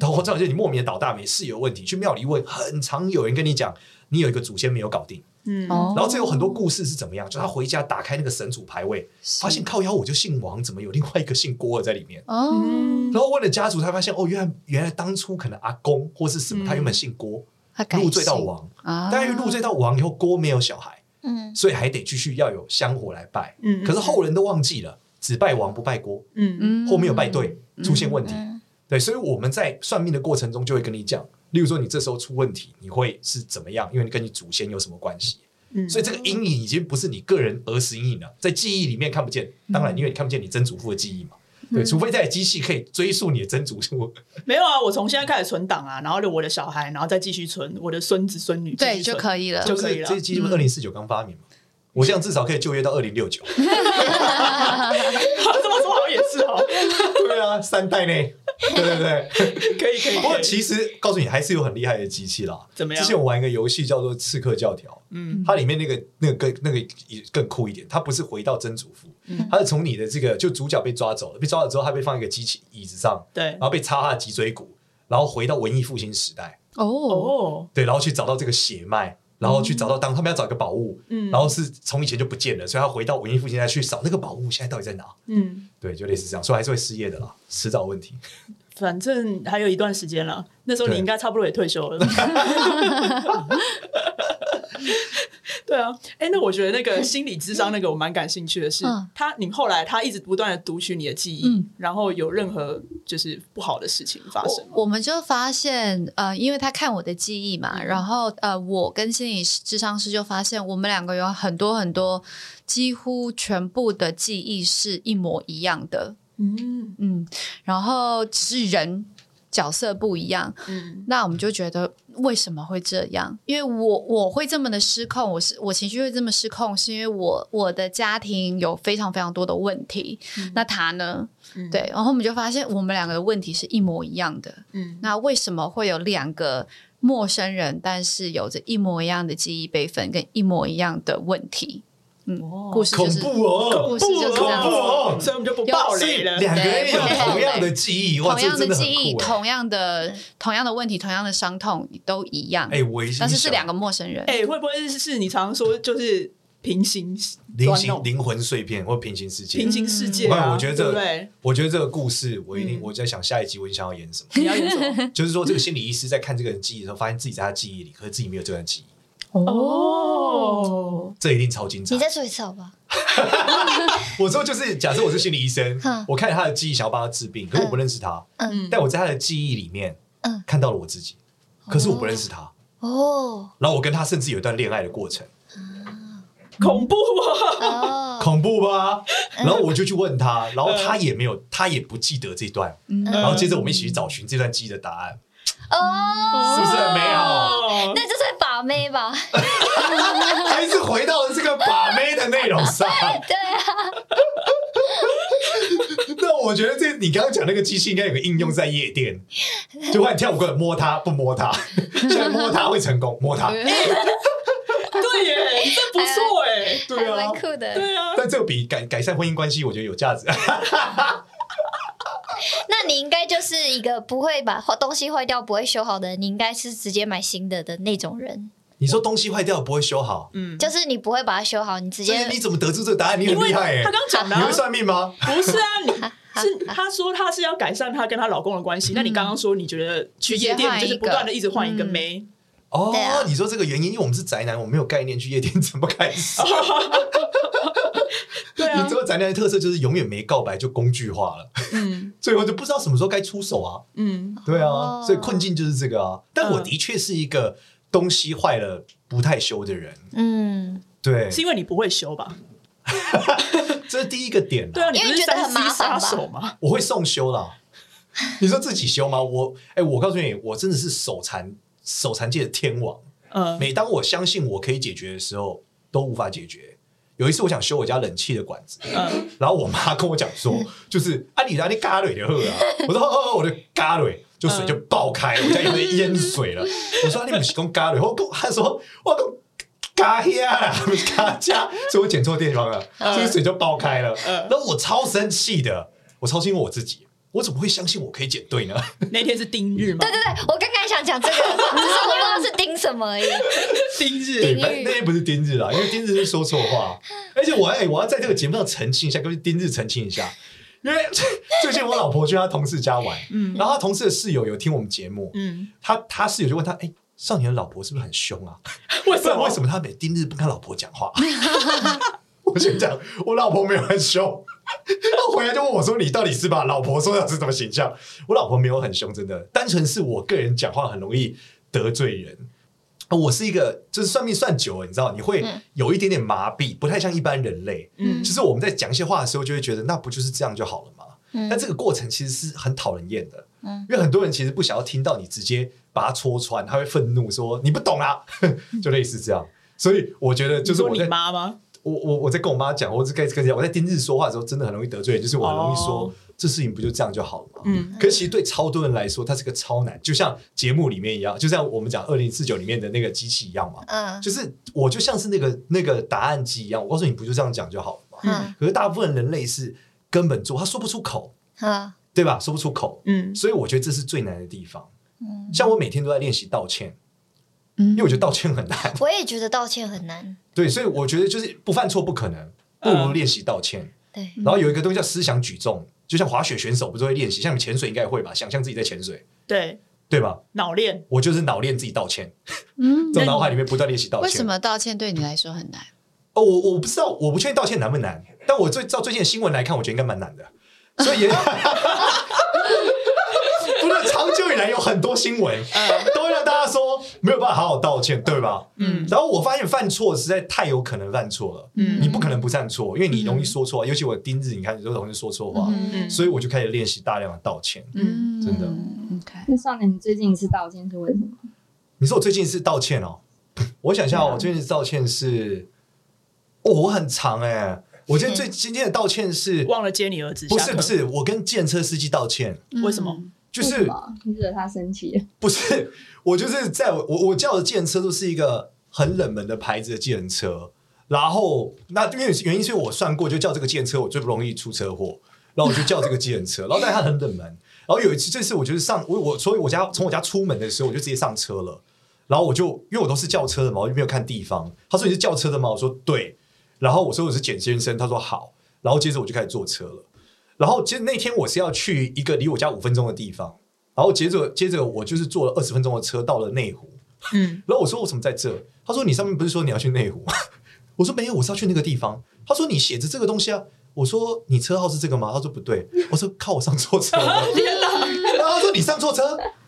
S3: 我知道就是你莫名的倒大霉是有问题，去庙里问，很常有人跟你讲，你有一个祖先没有搞定。
S1: 嗯，
S2: 哦，
S3: 然后这有很多故事是怎么样？就他回家打开那个神主牌位，
S2: 是
S3: 发现靠腰我就姓王，怎么有另外一个姓郭的在里面？
S1: 嗯
S2: 哦，
S3: 然后问了家族，他发现哦，原来原来当初可能阿公或是什
S1: 嗯
S3: 么，他原本姓郭，
S2: 他嗯改
S3: 入赘到
S2: 姓
S3: 王，
S2: 啊，
S3: 但因为入赘到王以后，郭没有小孩，
S5: (laughs) 嗯，
S3: 所以还得继续要有香火来拜。
S1: 嗯
S3: 可是后人都忘记了，只拜王不拜郭，
S1: 嗯
S2: 嗯
S3: 后面有拜对，出现问题。
S5: 嗯
S3: 对，所以我们在算命的过程中就会跟你讲，例如说你这时候出问题，你会是怎么样？因为你跟你祖先有什么关系？
S1: 嗯，
S3: 所以这个阴影已经不是你个人儿时阴影了，在记忆里面看不见。当然，因为你看不见你曾祖父的记忆嘛。对，除非在机器可以追溯你的曾祖父，
S1: 没有啊，我从现在开始存档啊，然后就我的小孩，然后再继续存我的孙子孙女，继
S2: 对
S1: 续存
S2: 就可以了 (laughs)
S3: 就
S1: 就可以
S3: 是
S1: 了
S3: 这。机器二零四九刚发明嘛。我这样至少可以就业到二零六
S1: (laughs)
S3: 九。
S2: 哦
S1: 这么说好像也是哦，
S3: 对啊，三代呢。对对对。
S1: (laughs) 可以可以。(laughs)
S3: 不过
S1: 可以
S3: 其实告诉你，还是有很厉害的机器啦。
S1: 怎么样
S3: 之前我玩一个游戏叫做《刺客教条》，嗯，它里面那个那个更那个也更酷一点，它不是回到曾祖父，它是从你的这个就主角被抓走了，被抓走之后，他被放一个机器椅子上，
S1: 对
S3: 然后被插他的脊椎骨，然后回到文艺复兴时代，
S2: 哦，
S1: 哦，
S3: 对，然后去找到这个血脉。然后去找到当他们要找一个宝物，
S1: 嗯
S3: 然后是从以前就不见了，所以他回到文艺复兴再去找那个宝物，现在到底在哪？
S1: 嗯，
S3: 对，就类似这样，所以还是会失业的啦，迟早问题。
S1: 反正还有一段时间了，那时候你
S3: 对
S1: 应该差不多也退休了。 (laughs) 对啊，哎、那我觉得那个心理智商那个我蛮感兴趣的是，
S2: 嗯
S1: 他你后来他一直不断的读取你的记忆，
S2: 嗯
S1: 然后有任何就是不好的事情发生吗，
S2: 我我们就发现，呃，因为他看我的记忆嘛，然后呃，我跟心理师智商师就发现，我们两个有很多很多，几乎全部的记忆是一模一样的，
S1: 嗯
S2: 嗯，然后只是人角色不一样，
S1: 嗯，
S2: 那我们就觉得为什么会这样？因为我我会这么的失控，我是我情绪会这么失控，是因为我我的家庭有非常非常多的问题。那他呢？
S1: 嗯
S2: 对，然后我们就发现我们两个的问题是一模一样的。
S1: 嗯
S2: 那为什么会有两个陌生人，但是有着一模一样的记忆备份跟一模一样的问题？嗯，
S1: 哦
S2: 故事就
S3: 恐
S2: 是
S3: 怖哦，
S2: 故事就是这样子
S3: 恐怖哦
S1: 所以我们就不爆
S3: 所
S1: 雷
S3: 以
S1: 了。
S3: 两个人
S2: 对
S3: 有
S2: 不
S3: 同样的
S2: 对
S3: 记忆，哇，
S2: 同
S3: 这
S2: 样
S3: 真
S2: 的
S3: 的很
S2: 记忆、
S3: 酷哎
S2: 同样的同样的问题、同样的伤痛都一样，
S3: 哎，我一
S2: 但是是两
S3: 个
S2: 个陌生人。
S1: 哎、会不会是是你常说就是平行
S3: 零
S1: 乱
S3: 星
S1: 弄
S3: 灵魂碎片或平行世界
S1: 平。行世界
S3: 嗯我看
S1: 啊？
S3: 我觉得这
S1: 对不对？
S3: 我觉得这个故事，我一定
S1: 嗯
S3: 我在想下一集我想要演什么。
S1: 你要演什
S5: (laughs)
S1: 么？
S3: 就是说，这个心理医师在看这个人记忆的时候，发现自己在他记忆里，可是自己没有这段记忆，
S1: 哦，
S3: 这一定超精彩
S5: 你。再说一次好不好？
S3: 我说就是，假设我是心理医生
S5: 哼，
S3: 我看了他的记忆，想要帮他治病，可是我不认识他，
S1: 嗯，
S3: 但我在他的记忆里面
S5: 嗯
S3: 看到了我自己，可是我不认识他，
S5: 哦
S3: 然后我跟他甚至有一段恋爱的过程，
S1: 恐怖啊！
S5: 哦，
S3: 恐怖吧？然后我就去问他，然后他也没有，他也不记得这段，
S2: 嗯
S3: 然后接着我们一起去找寻这段记忆的答案，
S1: (laughs)
S5: 哦，
S3: 是不是很美好？
S1: 哦
S5: 那就算把妹吧。
S3: 还是回到这个把妹的内容上。
S5: (laughs) 对啊，
S3: (laughs) 那我觉得这你刚刚讲那个机器应该有个应用在夜店，就换跳舞哥摸它不摸它， (laughs) 现在摸它会成功，摸它。
S1: 对耶，这不错哎，
S3: 对
S5: 还
S3: 啊
S5: 蛮，酷的。
S1: 对啊，
S3: 但这个比改改善婚姻关系，我觉得有价值。 (laughs)
S5: 那你应该就是一个不会把东西坏掉、不会修好的人，你应该是直接买新的的那种人，
S3: 你说东西坏掉不会修好，
S1: 嗯，
S5: 就是你不会把它修好，你直
S3: 所以
S5: 接
S3: 你怎么得出这个答案？你
S1: 因
S3: 很
S1: 为
S3: 厉害耶 (laughs)
S1: 他！刚讲的
S3: 你
S1: 啊
S3: 会算命吗？
S1: 不是啊，你 (laughs) 是他说他是要改善他跟他老公的关系，
S3: 嗯
S1: 那你刚刚说你觉得去夜店你就是不断的一直换一
S5: 嗯
S1: 个妹，
S3: 哦
S5: 对啊，
S3: 你说这个原因，因为我们是宅男，我们没有概念去夜店怎么开始。
S5: 啊
S1: 对
S3: 你
S1: 啊
S3: 知，道宅男的特色就是永远没告白就工具化了，
S1: 嗯
S3: 最后就不知道什么时候该出手啊。
S1: 嗯
S3: 对啊
S5: 哦，
S3: 所以困境就是这个啊。但我的确是一个东西坏了不太修的人，
S5: 嗯，
S3: 对，
S1: 是因为你不会修吧？
S3: 这是第一个点、啊。
S1: 对啊，你
S5: 因
S1: 不
S5: 为
S1: 是
S5: 觉得
S1: 三
S5: 很
S1: C
S5: 麻烦
S1: 杀
S5: 吧
S1: 手吗？
S3: 我会送修啦。 (laughs) 你说自己修吗？我哎、我告诉你，我真的是手残手残界的天王。
S1: 嗯
S3: 每当我相信我可以解决的时候，都无法解决。有一次我想修我家冷气的管子，
S1: 嗯，
S3: 然后我妈跟我讲说，就是啊，你拿那嘎蕊的喝啊，我说哦，哦我的嘎蕊就水就爆开了，我家有点淹水了。我说啊你们是讲嘎蕊，我讲她说我讲嘎呀啦，不是嘎家，所以我剪错地方了，所以水就爆开了。
S1: 嗯
S3: 然后我超生气的，我超信我自己。我怎么会相信我可以剪对呢？
S1: 那天是丁日吗
S5: 对？对对，我刚刚想讲这个，只是我不知道是盯什么而已。
S1: 丁
S3: 对，
S1: 日，
S3: 反正那天不是丁日啦，因为丁日是说
S1: (laughs)
S3: 错话，而且我哎、我要在这个节目上澄清一下，跟丁日澄清一下，因为最近我老婆去她同事家玩，
S1: 嗯
S3: 然后她同事的室友有听我们节目，
S1: 嗯，
S3: 他他室友就问他，哎、少年的老婆是不是很凶啊？
S1: (laughs)
S5: 嗯
S1: 为
S3: 不
S1: 什
S3: 然
S1: 么？
S3: 为什么他每天日不跟他老婆讲话？ (laughs) 我先讲，我老婆没有很凶。 (laughs) 他回来就问我说：“你到底是把老婆说的是什么形象？”我老婆没有很凶，真的，单纯是我个人讲话很容易得罪人。啊我是一个就是算命算久了，你知道，你会有一点点麻痹，不太像一般人类。
S1: 嗯
S3: 就是我们在讲一些话的时候，就会觉得那不就是这样就好了吗？
S5: 嗯
S3: 但这个过程其实是很讨人厌的，
S5: 嗯
S3: 因为很多人其实不想要听到你直接把他戳穿，他会愤怒说你不懂啊， (laughs) 就类似这样。所以我觉得就是
S1: 你说
S3: 我
S1: 你
S3: 在
S1: 妈吗？
S3: 我我我在跟我妈讲，我是跟跟讲，我在丁日说话的时候真的很容易得罪人，就是我很容易说、
S1: 哦
S3: 这事情不就这样就好了嘛。
S1: 嗯
S3: 可是其实对超多人来说，它是个超难，就像节目里面一样，就像我们讲二零四九里面的那个机器一样嘛，
S5: 嗯
S3: 就是我就像是那个那个答案机一样，我告诉你不就这样讲就好了嘛。
S5: 嗯
S3: 可是大部分人类是根本做，他说不出口，
S5: 嗯
S3: 对吧？说不出口，
S1: 嗯
S3: 所以我觉得这是最难的地方。
S5: 嗯，
S3: 像我每天都在练习道歉，
S2: 因嗯
S3: 因为我觉得道歉很难， (laughs)
S5: 我也觉得道歉很难。
S3: 对，所以我觉得就是不犯错不可能，不如练习道歉。
S5: 对，
S2: 嗯
S3: 然后有一个东西叫思想举重，就像滑雪选手不是会练习，像你们潜水应该也会吧？想象自己在潜水，
S1: 对，
S3: 对吧？
S1: 脑练，
S3: 我就是脑练自己道歉，
S2: 嗯，
S3: 在脑海里面不断练习道歉。
S2: 为什？么道歉对你来说很难？
S3: 哦，我我不知道，我不确定道歉难不难，但我最照最近的新闻来看，我觉得应该蛮难的。所以也， (laughs) 不是长久以来有很多新闻
S1: 嗯
S3: 都会让大家他说没有办法好好道歉，对吧？
S1: 嗯
S3: 然后我发现犯错实在太有可能犯错了，
S1: 嗯
S3: 你不可能不犯错，因为你容易说错，尤其我盯日，你看你就容易说错话，
S1: 嗯
S3: 所以我就开始练习大量的道歉。
S2: 嗯，
S3: 真的
S2: OK。
S4: 那少年，你最近一次道歉是为什么？
S3: 你说我最近是道歉哦，我想一下哦，我最近是道歉是，哦，我很长哎、我今天
S1: 嗯
S3: 最今天的道歉是，
S1: 忘了接你儿子，
S3: 不
S1: 下
S3: 是
S1: 课
S3: 不，嗯是，我跟建车司机道歉，
S1: 为什么？
S3: 就
S4: 为什
S3: 是
S4: 么你惹他生气
S3: (laughs)
S4: 了？
S3: 不是我就是在我我叫的建车都是一个很冷门的牌子的计程车，然后那因为原因是我算过，就叫这个计程车我最不容易出车祸，然后我就叫这个计程车，然后但它很冷门，然后有一次这次我就是上我我所以我家从我家出门的时候我就直接上车了，然后我就因为我都是叫车的嘛，我就没有看地方，他说你是叫车的吗？我说对，然后我说我是简先生，他说好，然后接着我就开始坐车了。然后其实那天我是要去一个离我家五分钟的地方，然后接着接着我就是坐了二十分钟的车到了内湖，
S1: 嗯，
S3: 然后我说我怎么在这？他说你上面不是说你要去内湖吗？我说没有，我是要去那个地方。他说你写着这个东西啊。我说你车号是这个吗？他说不对。我说靠，我上错车了。
S1: (laughs) 天哪！
S3: 然后他说你上错车，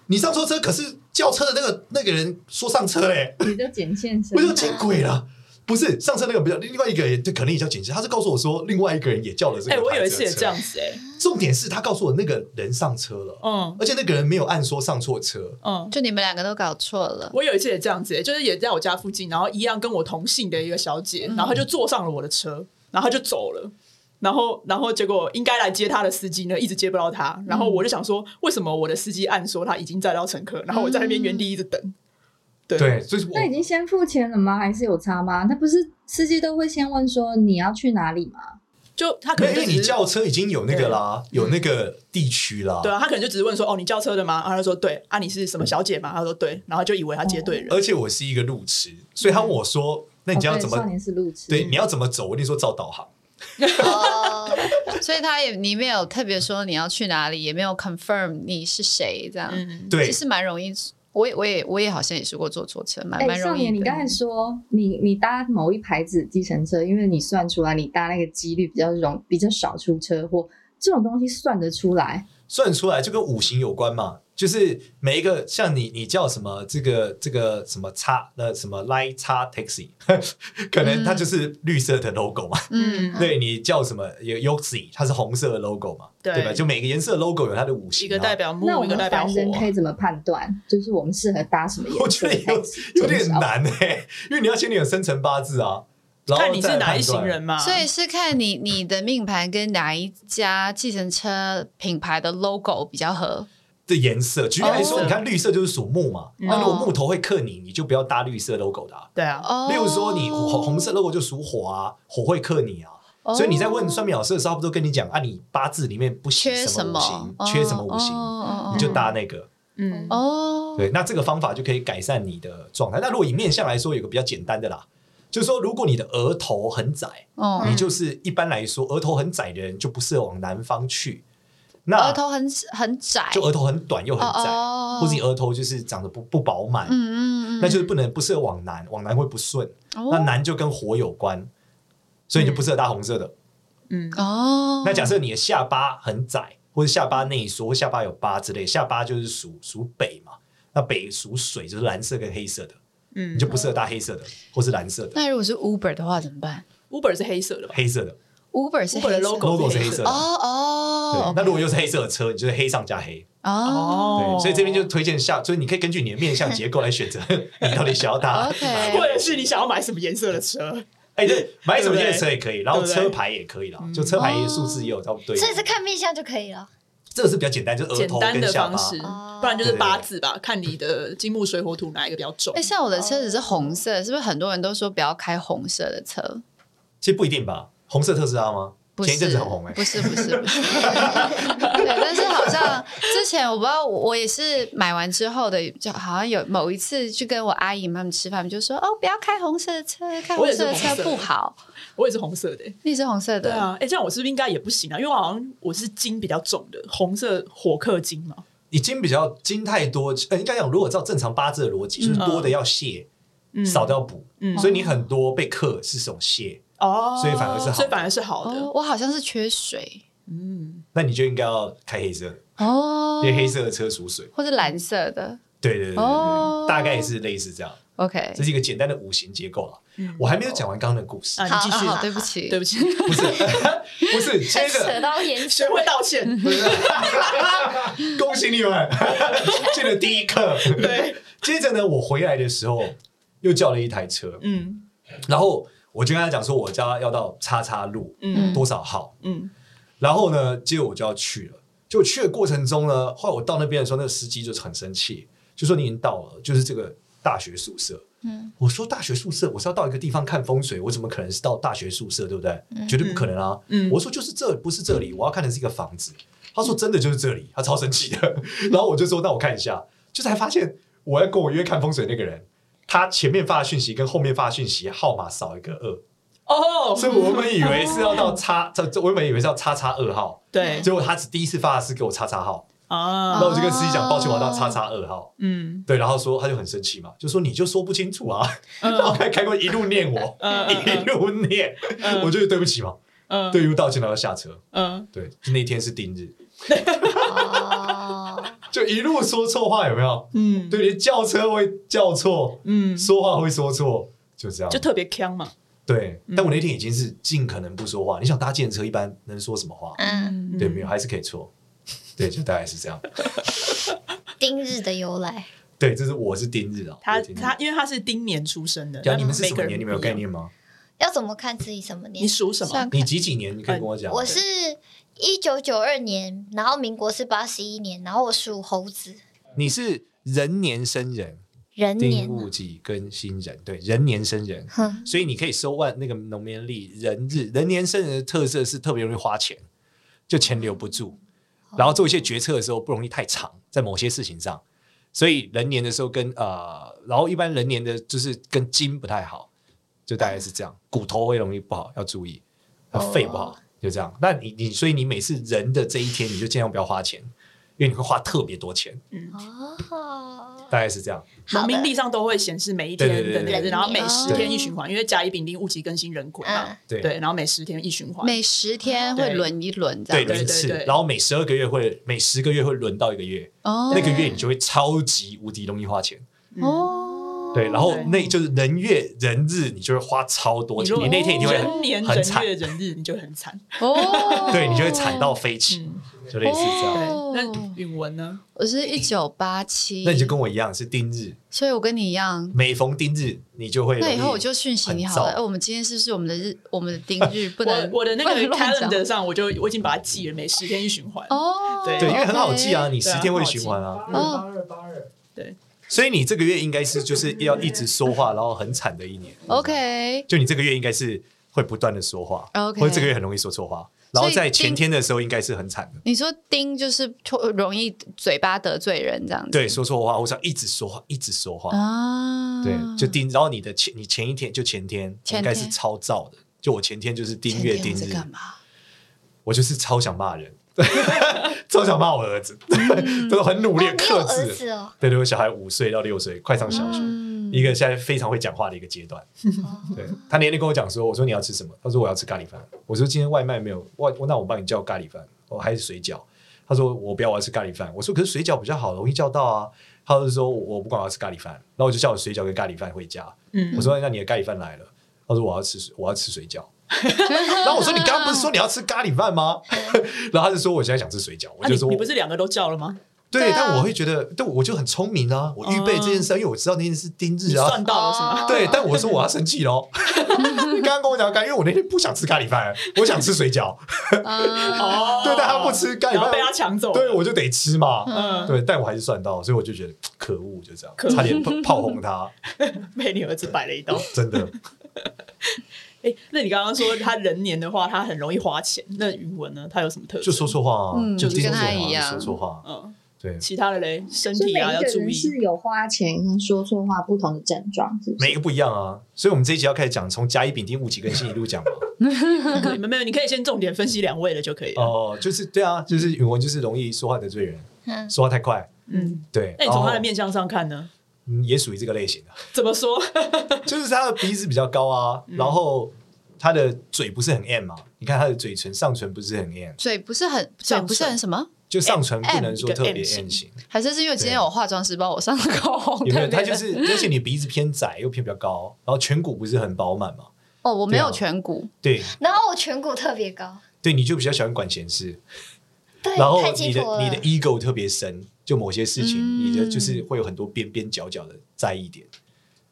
S3: 你上错车，可是叫车的那个那个人说上车嘞、
S1: (laughs)
S4: 你就捡现身
S3: 我，就见鬼了。不是上车那个不叫，另外一个人就可能也叫警察，他是告诉我说另外一个人也叫了这个。
S1: 哎，我有一次也这样。子，哎，
S3: 重点是他告诉我那个人上车了，
S1: 嗯
S3: 而且那个人没有按说上错车，
S1: 嗯。
S2: 就你们两个都搞错了，
S1: 我有一次也这样子、欸，就是也在我家附近，然后一样跟我同姓的一个小姐，然后她就坐上了我的车，然后她就走了。然后，然后结果应该来接她的司机呢，一直接不到她。然后我就想说，为什么我的司机按说他已经载到乘客，然后我在那边原地一直等？对，
S3: 对，所以我
S4: 那已经先付钱了吗？还是有差吗？他不是司机都会先问说你要去哪里吗？
S1: 就他可
S3: 没
S1: 能
S3: 有，因
S1: 就只
S3: 为你
S1: 是
S3: 轿车已经有那个啦，有那个地区啦，
S1: 对啊，他可能就只是问说，哦，你叫车的吗？然后他说对，啊，你是什么小姐吗？他说对，然后就以为他接对人。
S3: 而且我是一个路痴，所以他问我说：“那你要怎
S4: 哦对少
S3: 么
S4: 年是路痴，
S3: 对？你要怎么走？”我一定说照导航。
S5: 哦，
S2: 所以他也你没有特别说你要去哪里，也没有 confirm 你是谁
S4: 哦
S2: 这样，
S1: 嗯，
S3: 对
S2: 其，实蛮容易。我也我也我也好像也试过坐错车，蛮
S4: 哎、
S2: 蛮
S4: 少
S2: 容易
S4: 年，
S2: 的。
S4: 你刚才说你你搭某一牌子计程车，因为你算出来你搭那个几率比较容比较少出车祸，这种东西算得出来。
S3: 算出来就跟五行有关嘛，就是每一个像你，你叫什么这个这个什么叉呃什么 line 叉 taxi，可能它就是绿色的 logo 嘛。
S2: 嗯，
S3: 对你叫什么有 Yoxi，它是红色的 logo 嘛，
S1: 对
S3: 对吧？就每个颜色的 logo 有它的五行、啊，
S1: 一个代表木
S4: 那，我
S1: 一个
S4: 们
S1: 代表
S4: 凡
S1: 火。
S4: 人可以怎么判断？就是我们适合搭什么
S3: 啊我
S4: 颜
S3: 觉
S4: 色
S3: 得
S4: 的
S3: 有
S4: 牌子？
S3: (laughs) 有点难哎、因为你要先你有生辰八字啊，然后
S1: 看你
S3: 再
S1: 是
S3: 来
S1: 哪一
S3: 判
S1: 行
S3: 断
S1: 人。嘛。
S2: 所以是看你你的命盘跟哪一家计程车品牌的 logo 比较合。
S3: 的颜色，举例来
S1: 哦
S3: 说，你看绿色就是属木嘛，那如果木头会克你，你就不要搭绿色 logo 的啊。
S1: 对啊，
S2: 哦，
S3: 例如说，你红红色 logo 就属火啊，火会克你啊。
S2: 哦
S3: 所以你在问算命老师的时候，他不都跟你讲啊，你八字里面不行
S2: 哦缺
S3: 什
S2: 什
S3: 么五行
S2: 么，，
S3: 缺什么五行，
S2: 哦
S3: 你就搭那个。
S1: 嗯，
S2: 哦，
S3: 对，那这个方法就可以改善你的状态。那如果以面相来说，有个比较简单的啦，就是说，如果你的额头很窄，
S2: 哦
S3: 你就是一般来说额头很窄的人就不适合往南方去。那
S2: 额头很很窄，
S3: 就额头很短又很窄，
S2: 哦哦
S3: 或是你额头就是长得不不饱满，
S2: 嗯嗯嗯，
S3: 那就是不能不适合往南，往南会不顺。
S2: 哦嗯
S3: 那南就跟火有关，所以你就不适合搭红色的。
S1: 嗯
S2: 哦，
S3: 那假设你的下巴很窄，或者下巴内缩，或下巴有疤之类，下巴就是属属北嘛，那北属水，就是蓝色跟黑色的，
S1: 嗯
S3: 你就不适合搭黑色的或是蓝色的，
S2: 那如果是 Uber 的话怎么办
S1: Uber 是黑色的吧？
S3: 黑色的
S2: ？Uber 是
S1: Uber 的
S2: 黑色
S1: logo
S3: ，logo 是黑色的。
S2: 哦
S3: 对
S2: 哦，
S3: 那如果又是黑色的车，你就是黑上加黑。
S2: 哦
S3: 对，所以这边就推荐下，所以你可以根据你的面相结构来选择你到底想要搭。
S2: ，OK，
S1: 或者是你想要买什么颜色的车？
S3: 哎，对，买什么颜色车也可以，然后车牌也可以啦，就车牌
S2: 嗯
S3: 数字也有差不多。
S5: 所以是看面相就可以了。
S3: 这个是比较简单，就是额
S1: 简
S3: 头
S1: 单
S3: 跟
S1: 的
S3: 下
S1: 方
S3: 巴。
S1: 式，
S5: 哦
S1: 不然就是八字吧，看你的金木水火土哪一个比较重
S2: 哎，。像我的车子是红色，是不是很多人都说不要开红色的车？
S3: 其实不一定吧，红色特斯拉吗？
S2: 不是，
S3: 前一阵子很红哎、
S2: 不是不是不是， (laughs) 对，但是好像之前我不知道，我也是买完之后的，就好像有某一次去跟我阿姨他们吃饭，就说哦，不要开红色的车，开红色的车不好。
S1: 我也是红色的、欸
S2: 你是红色
S1: 对
S2: 的，
S1: 啊，哎、这样我是不是应该也不行啊？因为我好像我是金比较重的，红色火克金嘛。
S3: 已经比较金太多，呃，应该讲如果照正常八字的逻辑，就是多的要卸，少的要补，
S1: 嗯
S3: 所以你很多被克是这种卸，
S1: 哦，
S3: 所以反而是好的
S1: 所以反而是好的。
S2: 哦，我好像是缺水
S1: 嗯，
S3: 那你就应该要开黑色的，
S2: 哦
S3: 因，为黑色的车属水。
S2: 或是蓝色的，
S3: 对对对对对
S2: 哦
S3: 大概也是类似这样。
S2: OK，
S3: 这是一个简单的五行结构了。
S1: 嗯
S3: 我还没有讲完刚刚的故事，
S1: 啊，
S5: 好
S1: 你继续
S5: 好
S2: 好，
S5: 好
S2: 对不起，
S1: 对
S2: 不
S1: 不起，
S3: 不是不是接
S5: 扯
S1: (laughs)
S3: 着，
S5: 到颜色
S1: 学，会道歉，
S3: 恭喜你们 (laughs) 进了第一课。
S1: 对，
S3: 接着呢，我回来的时候又叫了一台车，
S1: 嗯
S3: 然后我就跟他讲说，我家要到叉叉路
S1: 嗯
S3: 多少号，
S1: 嗯
S3: 然后呢，接着我就要去了。就去的过程中呢，后来我到那边的时候，那个司机就很生气，就说你已经到了，就是这个大学宿舍。
S5: 嗯，
S3: 我说大学宿舍，我是要到一个地方看风水，我怎么可能是到大学宿舍，对不对？绝对不可能啊！
S1: 嗯
S3: 我说就是这，不是这里，我要看的是一个房子。他说真的就是这里，他超生气的。 (laughs) 然后我就说那我看一下，就才发现我要跟我约看风水那个人，他前面发的讯息跟后面发的讯息号码少一个二，
S1: 哦，
S3: 所以我原本以为是要到叉，这这我原本以为是要叉叉二号，
S1: 对
S3: 结果他只第一次发的是给我叉叉号，
S1: 啊
S3: 然后我就跟司机讲抱歉，我要到叉叉二号。
S1: 嗯
S3: 对，然后说他就很生气嘛，就说你就说不清楚啊，
S1: 嗯
S3: (laughs) 然后开开过一路念我，
S1: 嗯嗯
S3: 一路念，
S1: 嗯
S3: 我就对不起嘛，
S1: 嗯
S3: 对，一路道歉，然后下车，
S1: 嗯
S3: 对，那天是定日，
S5: 哦，
S3: 就一路说错话有没有？
S1: 嗯，
S3: 对，连叫车会叫错，
S1: 嗯，
S3: 说话会说错，就这样
S1: 就。特嗯别呛嘛，
S3: 对，但我那天已经是尽可能不说话。你想搭计程车一般能说什么话？
S5: 嗯，
S1: 嗯
S3: 对，没有，还是可以错。对，就大概是这样。
S5: 丁日的由来，
S3: 对，这是我是丁日啊，
S1: 他
S3: 我是丁日
S1: 他，因为他是丁年出生的，
S3: 讲
S1: 那
S3: 啊你们是什
S1: 每
S3: 么
S1: 个
S3: 年？
S1: 人
S3: 你们有
S1: 不一
S3: 概
S1: 样？
S3: 念吗？
S5: 要怎么看自己什么
S1: 你
S5: 年？
S1: 属什么？
S2: 算
S3: 你几几年？你可以跟我讲。
S5: 我是一九九二年，然后民国是八十一年，然后我属猴子，
S3: 你是人年生人，
S5: 人
S3: 丁
S5: 年，
S3: 戊己庚辛壬，对，人年生人，
S5: 哼，
S3: 所以你可以收万那个农民历人日，人年生人的特色是特别容易花钱，就钱留不住，
S1: 哦
S3: 然后做一些决策的时候不容易太长，在某些事情上，所以人年的时候跟呃，然后一般人年的就是跟筋不太好，就大概是这样，骨头会容易不好，要注意，呃
S5: 哦
S3: 肺不好，就这样。那你你所以你每次人的这一天，你就尽量不要花钱，因为你会花特别多钱，
S5: 哦，
S3: 大概是这样。
S5: 好
S1: 农
S5: 的
S1: 民历上都会显示每一
S3: 对
S1: 天
S3: 对对
S1: 的
S3: 对
S1: 那
S5: 对
S1: 个，然后每
S5: 对
S1: 十天一循环，因为甲乙丙丁戊己庚辛壬癸嘛
S5: 嗯，
S3: 对
S1: 对，然后每十天一循环，
S2: 每十天会
S1: 对
S2: 轮一轮这
S3: 对
S2: 样
S1: 对
S2: 子。
S3: 轮次，
S1: 对
S3: 然后每十二个月会每十个月会轮到一个月，
S2: 哦
S3: 那个月你就会超级无敌容易花钱。
S1: 嗯
S2: 哦，
S3: 对，然后
S1: 对
S3: 那就是人月人日，你就会花超多
S1: 你
S3: 钱
S1: 如，果
S3: 你那天一定
S1: 人
S3: 会
S1: 年
S3: 很
S1: 人
S3: 惨，
S1: 月人日，你就很惨。
S2: 哦
S3: (laughs) 对你就会惨到飞起，
S1: 嗯，
S3: 就类似这样。
S1: 对
S2: 哦。
S1: 那允文呢？
S2: 我是一九八七，
S3: 那你就跟我一样是丁日，
S2: 所以我跟你一样。
S3: 每逢丁日你就会容
S2: 那
S3: 易。
S2: 以后我就讯息你好了。
S3: 很
S2: 哎、
S3: 糟
S2: 我们今天是不是我们的日，我们的丁日不
S1: 我
S3: (laughs)
S2: 能？
S1: 我的那
S2: 不
S1: 个
S2: 能乱讲
S1: calendar 上，我就我已经把它记了，每十天一循环。
S2: 哦，
S1: 对
S3: 对，因为很好记啊，
S2: OK。
S3: 你十天会循环啊，
S2: 二八
S6: 二八二，
S3: 所以你这个月应该是就是要一直说话，然后很惨的一年。
S2: OK，
S3: 就你这个月应该是会不断的说话
S2: OK
S3: 或者这个月很容易说错话，然后
S2: 所以
S3: 在前
S2: 丁
S3: 天的时候应该是很惨的。
S2: 你说丁就是容易嘴巴得罪人这样子。
S3: 对，说错话，我想一直说话，一直说话，
S2: 啊，
S3: 对，就盯。然后你的前，你前一天就前天
S2: 前天
S3: 应该是超燥的，就我前天就是盯月盯
S2: 前天我
S3: 日
S2: 在，干嘛？
S3: 我就是超想骂人， (laughs) 超想骂我儿子，
S2: 嗯
S3: 都很努
S5: 哦你
S3: 力
S5: 有
S3: 地克
S5: 儿
S3: 制。
S5: 子哦，
S3: 对对，我小孩五岁到六岁，快上小学，
S2: 嗯哦
S3: 一个现在非常会讲话的一个阶段。对他那天跟我讲说，我说你要吃什么？他说我要吃咖喱饭。我说今天外卖没有外，那我帮你叫咖喱饭，我还是水饺。他说我不要，我要吃咖喱饭。我说可是水饺比较好，容易叫到啊。他就说我不管，我要吃咖喱饭。然后我就叫我水饺跟咖喱饭回家。
S1: 嗯
S3: 我说那你的咖喱饭来了。他说我要吃我要吃
S1: (laughs)
S3: 水饺。然后我说你刚刚不是说你要吃咖喱饭吗？ (laughs) 然后他就说我现在想吃水饺。我
S1: 啊，
S3: 就
S1: 你
S3: 说、
S1: 你不是两个都叫了吗？
S3: 对，
S5: 对啊
S3: 但我会觉得，但我就很聪明啊，我预备这件事，因为我知道那件事丁
S1: 哦你
S3: 日啊
S1: 算。到了是吗？
S3: 对，但我说我要生气
S1: (laughs)
S3: 喽。你刚刚跟我讲，因为我那天不想吃咖喱饭，我想吃水饺。
S2: (laughs) 啊，
S1: 哦
S3: 对，但他不吃咖喱
S1: 然后
S3: 饭，
S1: 被他抢走。
S3: 对，我就得吃嘛。
S1: 嗯，
S3: 对，但我还是算到，所以我就觉得可恶，就这样
S1: 可，恶
S3: 差点炮炮
S1: (laughs)
S3: 轰他，
S1: 被你儿子摆了一刀。
S3: 真的。
S1: 哎，那你刚刚说他人年的话，他很容易花钱。那允文呢？他有什么特
S3: 就
S1: 质？
S3: 说错话啊，
S2: 嗯
S3: 就
S2: 就跟他
S3: 盯着我
S2: 一样
S3: 说错话。
S1: 嗯，
S3: 对，
S1: 其他的嘞，身
S4: 所以
S1: 体
S4: 每
S1: 啊
S4: 一
S1: 要
S4: 个
S1: 注
S4: 人是
S1: 意。
S4: 有花钱跟说错话不同的症状，是不
S3: 每一
S4: 是？
S3: 个不一样啊，所以我们这一集要开始讲从甲乙丙丁戊己庚辛一路讲嘛。
S1: 可以没有没有，你可以先重点分析两位了就可以了。
S3: 哦，就是对啊，就是语文就是容易说话得罪人，
S5: 嗯，
S3: 说话太快，
S1: 嗯，
S3: 对。
S1: 那你从他
S3: 然
S1: 的
S3: 后
S1: 面相上看呢？
S3: 嗯也属于这个类
S1: (laughs)
S3: 型的，
S1: 怎么说？
S3: 就是他的鼻子比较高啊，
S1: 嗯
S3: 然后他的嘴不是很 M 嘛，你看他的嘴唇上唇不是很 M，
S2: (laughs) 嘴不是很嘴
S1: 上
S2: 不是很什么？
S3: 就上唇不能说特别
S1: M 型
S3: M 型，
S2: 还是是因为今天有化妆师帮我上了口红，
S3: 有没有？
S2: 特
S3: (laughs)
S2: 别
S3: 它就是，而且你鼻子偏窄又偏比较高，然后颧骨不是很饱满嘛？
S2: 哦，我没
S3: 对
S2: 有
S3: 啊
S2: 颧骨，
S3: 对
S5: 然后我颧骨特别高，
S3: 对，你就比较喜欢管闲事，
S5: 对，
S3: 然后
S5: 太
S3: 你
S5: 清
S3: 的
S5: 楚了。
S3: 你的 ego 特别深，就某些事情，
S2: 嗯
S3: 你的就是会有很多边边角角的在意点，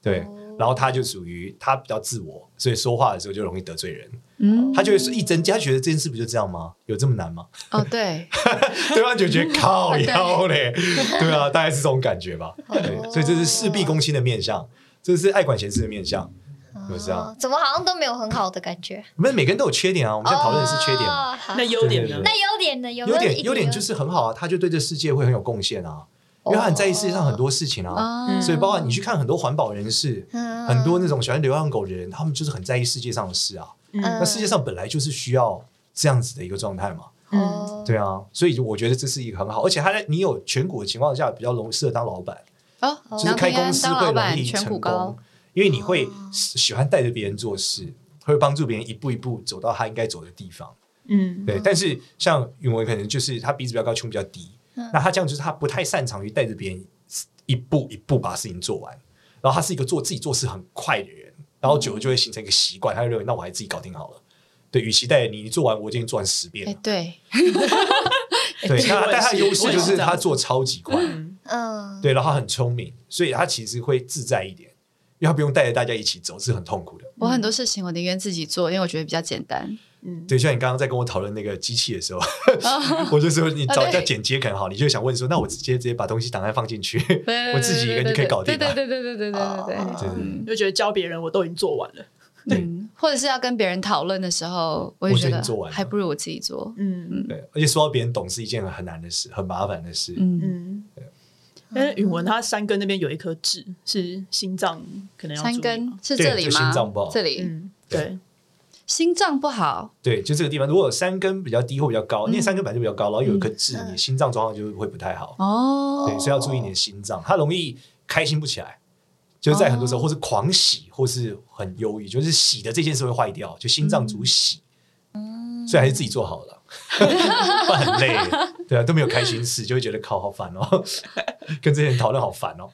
S3: 对。
S5: 哦
S3: 然后他就属于他比较自我，所以说话的时候就容易得罪人。
S2: 嗯，
S3: 他就会说一针，他觉得这件事不就这样吗？有这么难
S5: (laughs)
S3: 吗？
S2: (laughs) 哦对，
S3: 对方就
S5: 嗯
S3: 觉得靠腰嘞，对啊，大概是这种感觉
S5: (laughs)
S3: 吧。对，
S5: 哦
S3: 所以这是事必躬亲的面相，这是爱管闲事的面相。有这样
S5: 哦怎么好像都没有很好的感觉？
S3: 我们每个人都有缺点啊，我
S5: 我
S3: 们现在讨论的是缺点嘛。
S5: 哦、好
S1: 那优点呢
S3: 对对？对
S5: 那优点呢？有没
S3: 优
S5: 有
S3: 点
S5: 一
S3: 优点就是很好啊，他就对这世界会很有贡献啊，因为他很在意世界上很多事情
S5: 哦
S3: 啊。
S2: 啊，
S1: 嗯
S3: 所以包括你去看很多环保人士，
S5: 嗯
S3: 很多那种喜欢流浪狗的人，他们就是很在意世界上的事啊。
S5: 嗯
S3: 那世界上本来就是需要这样子的一个状态嘛。
S1: 嗯
S5: 哦
S3: 对啊，所以我觉得这是一个很好，而且他在你有颧骨的情况下，比较容易适合当老板，
S2: 哦，
S3: 就是
S2: 梁
S3: 开
S2: 平安
S3: 公司
S2: 当
S3: 会
S2: 老
S3: 容
S2: 板，
S3: 易
S2: 颧
S3: 成
S2: 骨高哦
S3: 功，，因为你会喜欢带着别人做事，会帮助别人一步一步走到他应该走的地方。
S1: 嗯，
S3: 对，但是像允文可能就是他鼻子比较高，胸比较低，
S5: 嗯
S3: 那他这样就是他不太擅长于带着别人一步一步把事情做完，然后他是一个做自己做事很快的人，然后久了就会形成一个习惯，他就认为那我还自己搞定好了。对，与其带着你你做完，我已经做完十遍了
S2: 哎。对，
S1: 哎这个我也
S3: 对，那但他的
S1: 是
S3: 优势
S1: 我也
S3: 就是是
S1: 这样
S3: 他
S1: 子
S3: 做超级快，
S5: 嗯，
S3: 对，然后他很聪明，所以他其实会自在一点，因为他不用带着大家一起走，是很痛苦的。
S2: 我很多事情我宁愿自己做，因为我觉得比较简单。
S1: 嗯，
S3: 对，像你刚刚在跟我讨论那个机器的时候， (laughs) 我就说你找人家剪接可能好，你就想问说，那我直接直接把东西档案放进去，我自己一个人就可以搞定
S2: 对
S3: 了。
S2: 对对对对对对对
S3: 对
S2: 对。
S3: 对
S1: 就觉得教别人我都已经做完了。
S3: 对
S2: 嗯，或者是要跟别人讨论的时候，我
S3: 我
S2: 就
S3: 觉
S2: 觉
S3: 得
S2: 得
S3: 你做完了
S2: 还不如我自己做。
S1: 嗯
S3: (laughs) 对，而且说到别人懂是一件很难的事，很麻烦的事。
S2: 嗯，
S1: 嗯，但是允文他山根那边有一颗痣，是心脏可能要
S2: 三
S1: 注意嘛
S2: 根是这
S3: 对
S2: 里
S3: 就
S2: 吗？
S3: 心脏不好
S2: 这里
S1: 嗯，对，
S2: 心脏不好，
S3: 对，就这个地方，如果有三根比较低或比较高，因为三根本来就比较高，然后有一颗痣，
S5: 嗯
S3: 你心脏状况就会不太好。
S2: 哦，
S3: 对，所以要注意你的心脏，它容易开心不起来，就是在很
S5: 哦
S3: 多时候，或是狂喜，或是很忧郁，就是喜的这件事会坏掉，就心脏
S5: 嗯
S3: 主喜，所以还是自己做
S5: (laughs)
S3: 好了，不然很累，对啊，都没有开心事，就会觉得靠，好烦哦， (laughs) 跟这些人讨论好烦哦，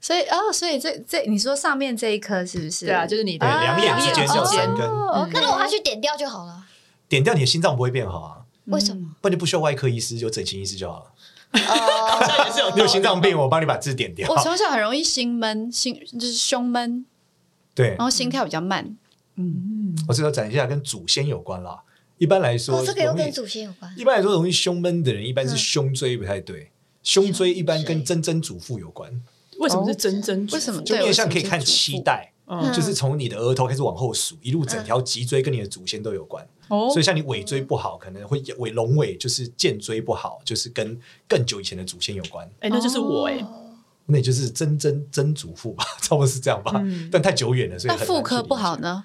S2: 所以哦，所以这这你说上面这一颗是不是？
S1: 对啊，就是你的
S3: 对，两眼之间
S1: 是
S3: 是要三根，
S2: 哦，OK
S5: 那如果他去点掉就好了，
S3: 点掉你的心脏不会变好啊，
S2: 嗯
S5: 为什么？
S3: 不然就不需要外科医师，有整形医师就好了。
S5: 哦，
S1: 像也是有
S3: 你有心脏病，我帮你把痣点掉
S2: 我。从小很容易心闷，心就是胸闷，
S3: 对嗯
S2: 然，后心跳比较慢。
S1: 嗯
S3: 我这要讲一下跟祖先有关啦。一般来说，
S5: 哦，这个又
S3: 容易
S5: 跟祖先有关。
S3: 一般来说，容易胸闷的人，一般是
S5: 嗯
S3: 胸椎不太对。胸椎一般跟曾曾祖父有关，
S1: 为什么是真真祖父？
S2: 哦为什么
S3: 就
S2: 对
S3: 面相可以
S2: 我
S3: 看
S2: 曾曾祖父嗯
S3: 七代，
S1: 嗯
S3: 就是从你的额头开始往后数，一路整条脊椎跟你的祖先都有关。
S1: 哦
S3: 所以像你尾椎不好，可能会尾龙尾就是剑椎不好，就是跟更久以前的祖先有关。
S1: 哎，那就是我
S2: 哦
S1: 哎，
S5: 哦
S3: 那也就是曾曾曾祖父吧， (laughs) 差不多是这样吧，
S1: 嗯 (laughs)
S3: 但太久远了，所以
S2: 那
S3: 很难
S2: 妇科
S3: 去理
S2: 不好
S3: 解，
S2: 呢，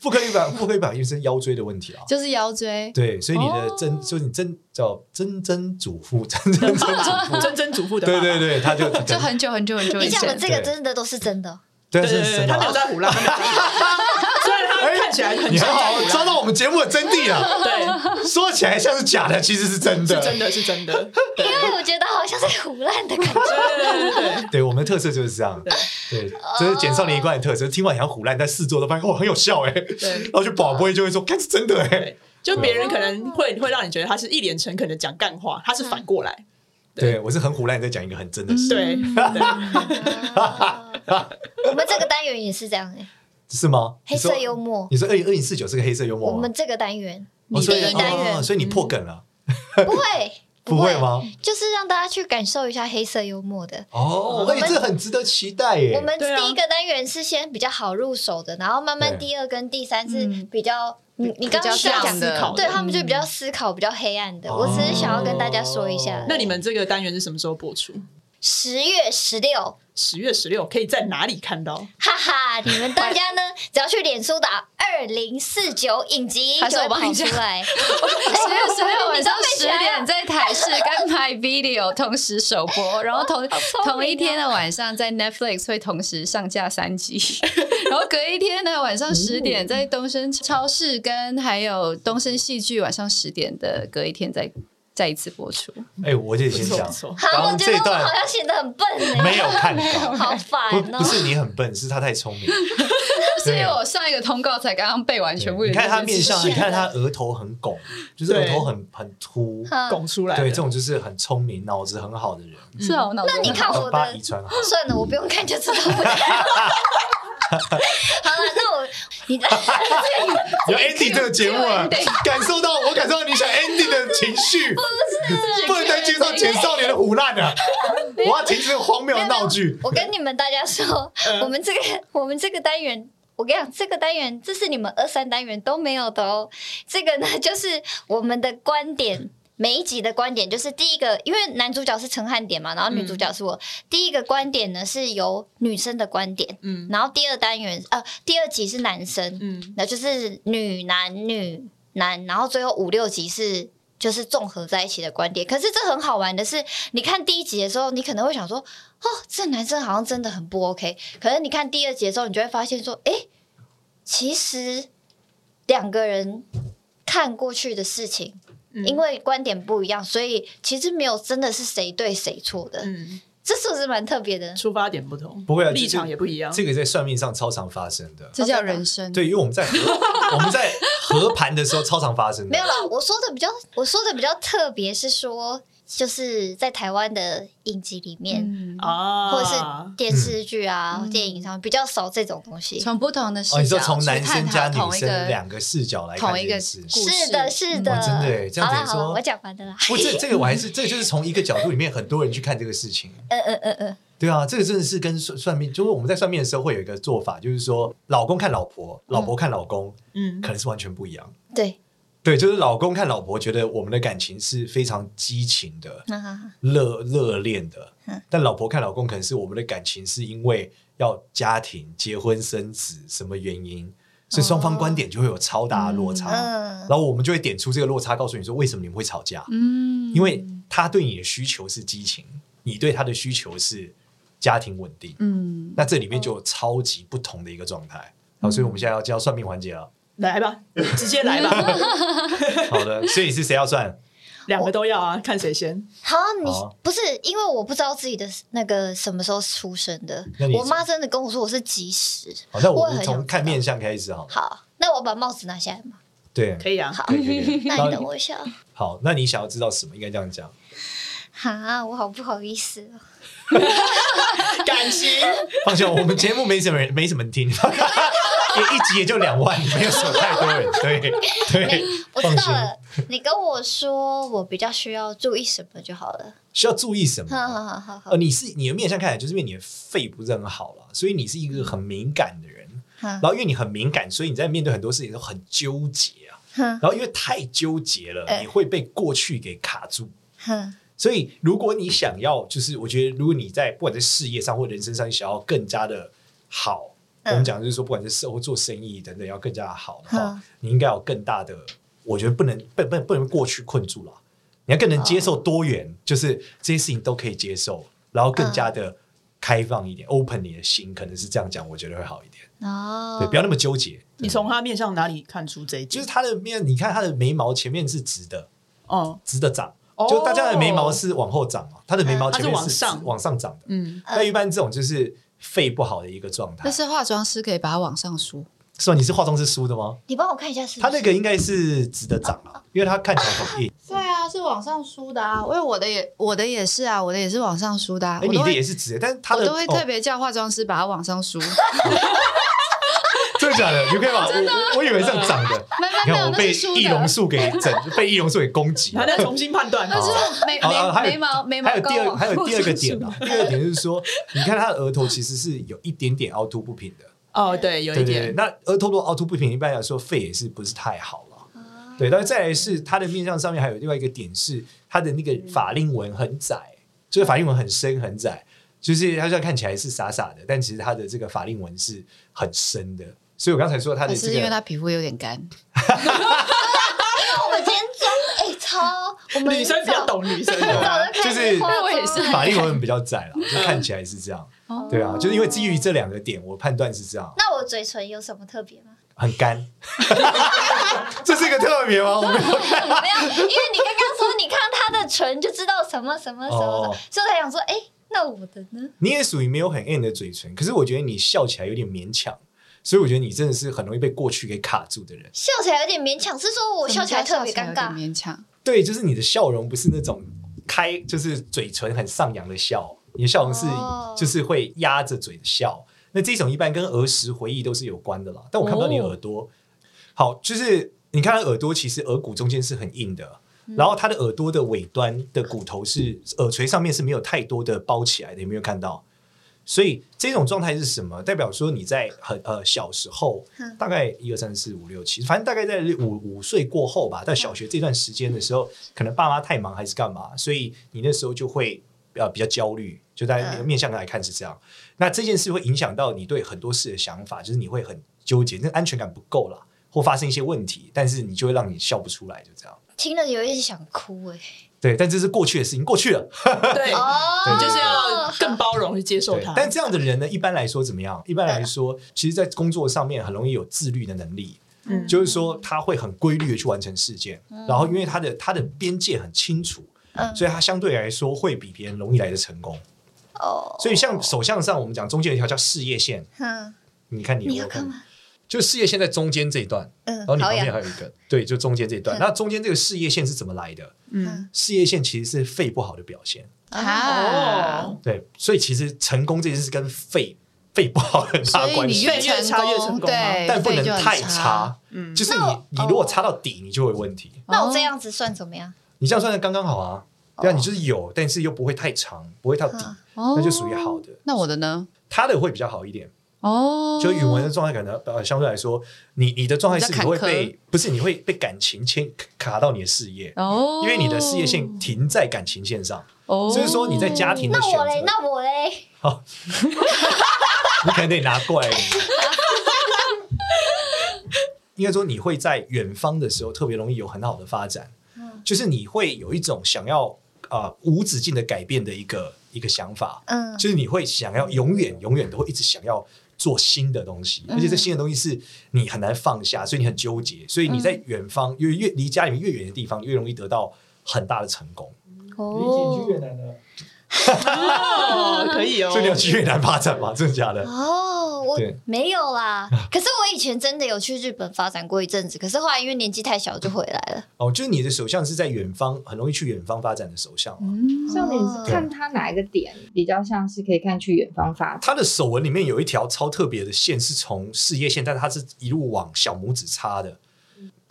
S3: 妇科一般妇科一般因为是腰椎的问题啊。
S2: 就是腰椎。
S3: 对，所以你的
S2: 哦
S3: 曾，所以你曾叫曾曾祖父， (laughs) 曾曾曾祖父，
S1: 真真祖父的爸
S3: 对
S1: 爸，
S3: 对对，他
S1: (laughs)
S3: 就
S2: 就很久很久很久
S5: 你
S2: 以
S5: 讲的
S2: 前，
S5: 这个真的都是真的，哦
S3: 对
S1: 对对对对，他没有在胡
S3: (laughs)
S1: 乱，他没 (laughs) 有在胡乱虽然他看起来很
S3: 哎你
S1: 像
S3: 很
S1: 在
S3: 好
S1: 胡
S3: 抓
S1: 乱，
S3: 到我们节目的真谛了。
S1: (laughs) 对，
S3: 说起来像是假的，其实是真的。
S1: 是真的是真的，
S5: 因为我觉得好像在胡乱的感觉。
S1: 对对对对
S3: 对，我们的特色就是这样。
S1: 对
S3: 对，这是简少年一贯的特色。听完很像胡乱，但四周都发现哦很有效
S1: (laughs)
S3: 哎。
S1: 对
S3: (laughs) 然后就宝贝就会说，看是真的哎。
S1: 对，就别人可能会会让你觉得他是一脸诚恳的讲干话，他是反过来，
S3: 对，我是很胡乱在讲一个很真的
S2: 嗯
S3: 事，
S1: 对对，
S5: 哦我们这个单元也是这样哎，
S1: 嗯
S3: 是吗？
S5: 黑色幽默。
S3: 你说哎二零二零四九是个黑色幽默
S5: 我
S3: 吗
S5: 们？这个单元
S3: 哦所以
S5: 第一单元
S3: 哦所以你破梗了，
S5: 不会，
S3: (laughs) 不会？吗？
S5: 就是让大家去感受一下黑色幽默的。
S3: 哦，哎，这很值得期待耶。
S5: 我们
S1: 对啊
S5: 第一个单元是先比较好入手的，然后慢
S3: 对
S5: 慢第二跟第三是
S2: 嗯
S5: 比较你你刚
S2: 比较
S5: 刚是要
S2: 像
S5: 讲
S2: 的
S5: 对他们就比
S3: 嗯
S5: 较思考比较黑暗的。
S3: 哦
S5: 我只是想要跟大家说一下，
S1: 那你们这个单元是什么时候播出？
S5: 十月十六，
S1: 十月十六可以在哪里看到？
S5: 哈哈，你们大家呢，只要去脸书打二零四九影集，
S2: 还是
S5: 就会
S2: 我帮
S5: 跑
S2: 你讲
S5: 出
S2: (laughs)
S5: 来。哎
S2: 十月十六晚上
S5: 你都
S2: 十
S5: 被夹
S2: 点在台视跟 My
S3: (laughs)
S2: Video 同时首播，然后同
S5: 聪明啊
S2: 同一天的晚上在 Netflix 会同时上架三
S3: (laughs)
S2: 集，然后隔一天呢晚
S3: 嗯
S2: 上十点在东升超市跟还有东升戏剧晚上十点的隔一天在再一次播出。
S3: 哎，我就先
S1: 不错
S3: 讲
S1: 不，错，
S5: 好，我
S3: 刚
S5: 觉得
S3: 这
S5: 我好
S3: 段
S5: 像显得很笨哎，
S3: 没有看到，
S5: 好烦
S3: 不
S5: 哦
S3: 不。是你很笨，是他太聪明。
S2: 所以
S3: 对
S2: 我上一个通告才刚刚背完全部
S3: 你
S2: 的
S3: 看
S2: 那
S3: 他
S2: 些
S3: 面
S2: 知识，
S3: 相，你看他额头很拱，就是额
S1: 对
S3: 头很很凸，
S5: 嗯
S1: 拱出来的
S3: 对，这种就是很聪明、脑子很好的人。
S2: 是啊，我脑子
S5: 那你
S2: 很
S5: 看
S2: 好
S5: 我的
S3: 把遗传好，
S2: (laughs)
S5: 算了，我不用看就知
S3: (laughs)
S5: 道不看。好了，那我你的
S3: 有 Andy 这个节目啊，感受到我感受到你想 Andy 的情
S2: (laughs)
S3: 绪， (laughs) 不能再接受简少年的胡乱了，我要停止这个荒谬的闹剧。
S5: 我跟你们大家说，我们这个我们这个单元。我跟你讲，这个单元这是你们二三单元都没有的哦。这个呢， (laughs) 就是我们的观点，每一集的观点就是第一个，因为男主角是陈汉典嘛，然后女主角是我。第一个观点呢是由女生的观点，
S1: 嗯
S5: 然后第二单元呃第二集是男生，
S1: 嗯，
S5: 那就是女男女男，然后最后五六集是就是综合在一起的观点。可是这很好玩的是，你看第一集的时候，你可能会想说，哦，这男生好像真的很不 OK。可是你看第二集的时候，你就会发现说，诶，其实两个人看过去的事情，
S1: 嗯
S5: 因为观点不一样，所以其实没有真的是谁对谁错的。
S1: 嗯，
S5: 这是不是蛮特别的？
S1: 出发点不同，
S3: 不会啊
S1: 立
S3: 这
S1: 场也不一样，
S3: 这个在算命上超常发生的，
S2: 这叫人生。
S3: 对，因为我们
S2: (laughs)
S3: 在合我们在合盘的时候超常发生的
S5: 没有。啦，我说的比较，我说的比较特别是说，就是在台湾的影集里面，
S2: 嗯，
S1: 啊，
S5: 或者是电视剧啊、
S2: 嗯
S5: 电影上比较少这种东西。
S2: 从不同的视角
S3: 哦，你说从
S2: 去
S3: 男
S2: 探
S3: 生
S2: 讨
S3: 加女
S2: 同一
S3: 生
S2: 个
S3: 两个视角来看
S2: 同
S3: 这
S2: 一个
S3: 件事，
S2: 故事
S5: 是的，是的，
S3: 哦真的耶这样
S5: 好
S3: 子
S5: 啦好啦，
S3: 说
S5: 我讲完的啦。
S3: 不，这这个我还是这个就是从一个角度里面很多人去看这个事情。
S5: 嗯嗯嗯嗯，
S3: 对啊，这个真的是跟算算命，就是我们在算命的时候会有一个做法，就是说老公看老婆，老婆看老公，
S1: 嗯
S3: 可能是完全不一样。
S5: 对，
S3: 对，就是老公看老婆，觉得我们的感情是非常激情的、
S5: 哈哈哈
S3: 热热恋的
S5: 嗯，
S3: 但老婆看老公，可能是我们的感情是因为要家庭、结婚、生子什么原因，所以双方观点就会有超大的落差。
S5: 哦嗯
S3: 然后我们就会点出这个落差，告诉你说为什么你们会吵架。
S2: 嗯，
S3: 因为他对你的需求是激情，你对他的需求是家庭稳定，
S2: 嗯，
S3: 那这里面
S5: 哦
S3: 就有超级不同的一个状态。好，
S5: 嗯
S3: 所以我们现在要进到算命环节了。
S1: 来吧，直接来
S5: (laughs)
S1: 吧，
S3: 好的，所以是谁要算？
S1: 两个都要啊，看谁先。
S5: 好，你
S3: 好啊
S5: 不是因为我不知道自己的那个什么时候出生的
S3: 那你，
S5: 我妈真的跟我说我是吉时。
S3: 好，那
S5: 我
S3: 我
S5: 也
S3: 们
S5: 很想
S3: 从看面相开始好了。
S5: 好，那我把帽子拿下来嘛。
S3: 对，
S1: 可以啊，
S5: 好
S3: 可以可以。可以
S5: 那
S3: 然后
S5: 你等我一下。 (laughs)
S3: 好，那你想要知道什么？应该这样讲。
S5: 哈，我好不好意思哦。
S1: 感情
S3: 放心，我们节目没什么人，没什么人听，也一集也就两万，没有什么太多人。对对，
S5: (laughs) 我知道了，你跟我说我比较需要注意什么就好了。
S3: 需要注意什
S5: 好
S3: 么？
S5: 好好好好
S3: 呃，你是你的面相看起来，就是因为你的肺不是很好了，所以你是一个很敏感的人。
S5: 好
S3: 然，后因为你很敏感，所以你在面对很多事情都很纠结啊。
S5: 哼
S3: 然后因为太纠结了，
S5: 哎
S3: 你会被过去给卡住。
S5: 哼，
S3: 所以如果你想要，就是我觉得如果你在不管在事业上或人生上，你想要更加的好，我
S5: 嗯
S3: 们讲就是说，不管是社会做生意等等，要更加的好的话
S5: 嗯，
S3: 你应该有更大的，我觉得不能不不不能过去困住了，你要更能接受多
S5: 嗯
S3: 元，就是这些事情都可以接受，然后更加的开放一点，open 你的心，可能是这样讲，我觉得会好一点。
S5: 哦，
S3: 对，不要那么纠结。
S1: 你从他面相哪里看出这一
S3: 就
S1: 点？
S3: 是他的面，你看他的眉毛前面是直的，
S1: 哦，
S3: 直的长，
S1: 哦
S3: 就大家的眉毛是往后长嘛，他的眉毛
S1: 它
S2: 哎
S3: 前
S1: 是
S3: 面
S1: 往
S3: 是直
S1: 上
S3: 往上长的。
S1: 嗯，
S5: 嗯
S3: 那一般这种就是肺不好的一个状态
S2: 但。是化妆师可以把它往上梳，
S3: 是吧？你是化妆师梳的吗？
S5: 你帮我看一下是不
S3: 他
S5: 是
S3: 那个应该是直的长啊，因为他看起来很硬。
S2: 对啊，是往上梳的啊，因为我的也我的也是啊，我的也是往上梳的啊，
S3: 哎，
S2: 我
S3: 你
S2: 都
S3: 的也
S2: 会
S3: 是直的，但是他
S2: 我
S3: 的
S2: 都会
S3: 哦
S2: 特别叫化妆师把它往上
S3: (laughs)
S2: 梳，没
S3: 真的假
S2: (laughs)
S3: 的？你可以吗？我我我以为是这样长的。你
S2: 没没
S3: 看
S2: 有，
S3: 我
S2: 那
S3: 被
S2: 是梳
S3: 易容
S2: 的。
S3: 术给整， (laughs) 被易容术给攻击
S1: 还
S3: 了。
S1: 在重新判
S5: (laughs)
S1: 断。
S2: 那是眉
S3: 好然后啊还
S2: 眉
S3: 有
S2: 眉毛眉毛
S3: 还有第
S2: 高
S3: 二
S2: 往
S3: 还有第二个点
S2: 上 (laughs)
S3: 啊，第二个点就是说，你看他的额头其实是有一点点凹凸不平的。
S1: 哦，对，有
S3: 对
S1: 一
S3: 对对，
S1: 点，
S3: 那额头如果凹凸不平，一般来说肺也是不是太好了。
S5: 啊
S3: 对，但是再来是它的面相上面还有另外一个点是，它的那个
S2: 嗯
S3: 法令纹很窄，就是法令纹很深很窄，就是它虽然看起来是傻傻的，但其实它的这个法令纹是很深的。所以我刚才说它
S2: 还
S3: 的这
S2: 是因为
S3: 个
S2: 他皮肤有点干，
S5: 哦我们今天妆哎、超，我们
S1: 女生比较
S5: 早，
S1: 懂女生
S5: 很
S1: 的，
S5: 早
S3: 啊
S5: 就开始化妆
S2: 就是我也是
S3: (laughs) 法令纹比较窄
S2: (laughs)
S3: 了，就看
S2: 哦
S3: 起来是这样。对啊，就是因为基于这两个点，我判断是这样。
S5: 那我嘴唇有什么特别吗？
S3: 很干， (laughs) 这是一个特别吗？我没有
S5: 没有，因为你刚刚说你看他的唇就知道什么什么什么，
S3: 哦
S5: 所以我才想说，哎、那我的呢？
S3: 你也属于没有很硬的嘴唇，可是我觉得你笑起来有点勉强，所以我觉得你真的是很容易被过去给卡住的人。
S5: 笑起来有点勉强，是说
S2: 嗯
S5: 我笑起来特别尴
S2: 有
S5: 尬。
S2: 点勉强。
S3: 对，就是你的笑容不是那种开，就是嘴唇很上扬的笑，你的笑容是
S5: 哦
S3: 就是会压着嘴的笑。那这种一般跟儿时回忆都是有关的啦，但我看不到你的耳朵。好，就是你看他耳朵，其实耳骨中间是很硬的，然后他的耳朵的尾端的骨头是耳垂上面是没有太多的包起来的，有没有看到？所以这种状态是什么？代表说你在很呃小时候，大概一二三四五六七，反正大概在五五岁过后吧，在小学这段时间的时候，可能爸妈太忙还是干嘛，所以你那时候就会呃比较焦虑，就在
S5: 嗯
S3: 面向来看是这样。那这件事会影响到你对很多事的想法，就是你会很纠结，那安全感不够啦，或发生一些问题，但是你就会让你笑不出来，就这样。
S5: 听了有一点想哭哎、
S3: 对，但这是过去的事情，过去了。
S1: 对，
S5: 哦
S1: 你就是要更包容去接受
S3: 对
S1: 它，。
S3: 但这样的人呢，一般来说怎么样？一般来说，其实，在工作上面很容易有自律的能力，
S1: 嗯
S3: 就是说他会很规律的去完成事件，然后因为他的他的边界很清楚，
S5: 嗯
S3: 所以他相对来说会比别人容易来的成功。
S5: 哦，
S3: 所以像首相上，我们讲中间有一条叫事业线，
S5: 嗯，
S3: 你看你有没
S5: 你
S3: 有
S5: 要干
S3: 看
S5: 嘛？
S3: 就事业线在中间这一段，
S5: 嗯
S3: 然后哦你
S5: 好
S3: 旁
S5: 呀
S3: 边还有一个，对，就中间这一
S2: 嗯
S3: 段。那中间这个事业线是怎么来的？
S1: 嗯，
S3: 事业线其实是肺不好的表现，
S2: 啊
S5: 嗯
S1: 哦，
S3: 对，所以其实成功这件事跟肺肺不好很大
S2: 所以
S3: 关
S2: 你
S3: 系。
S2: 越
S1: 肺越差越成功吗
S2: 对，
S3: 啊但不能
S2: 肺就很
S3: 太
S2: 差
S3: 差。，
S1: 嗯
S3: 就是
S5: 那
S3: 你
S5: 我
S3: 你如果差到底，你就会有问题。
S5: 那我这样子算怎么样？
S3: 你这样算的刚刚好啊，对啊，
S5: 哦
S3: 你就是有，但是又不会太长，不会到底，
S2: 哦
S3: 那就属于好的
S2: 那我的呢？
S3: 他的会比较好一点。
S2: 哦，
S3: 就语文的状态可能呃相对来说，你你的状态是
S2: 比
S3: 你
S2: 较坎坷
S3: 会被不是你会被感情牵卡到你的事业，
S2: 哦，
S3: 因为你的事业线停在感情线上，
S2: 哦，
S3: 所以说你在家庭的
S5: 那
S3: 选
S5: 我嘞？
S3: 择，
S5: 那我嘞？
S3: 你可能得拿
S5: (laughs)
S3: 过来。应该说你会在远方的时候特别容易有很好的发展，
S5: 嗯
S3: 就是你会有一种想要呃无止境的改变的一个一个想法，
S5: 嗯，
S3: 就是你会想要永远永远都会一直想要做新的东
S5: 嗯
S3: 西，而且这新的东西是你很难放下，所以你很纠结，所以你
S5: 嗯
S3: 在远方越越离家里面越远的地方，越容易得到很大的成功。
S5: 哦
S3: 南了，
S1: 哦，可以哦，
S3: 所以你要去越南发展吗？真的假的？
S5: 哦，我
S3: 对啊
S5: 没有啦。可是我以前真的有去日本发展过一阵子，可是后来因为年纪太小就回来了。
S3: 哦，就是你的首相是在远方，很容易去远方发展的首相。哦
S2: 嗯
S4: 像你
S1: 哦
S4: 是看他哪一个点比较像是可以看去远方发展？
S3: 他的手纹里面有一条超特别的线，是从事业线，但它是一路往小拇指插的。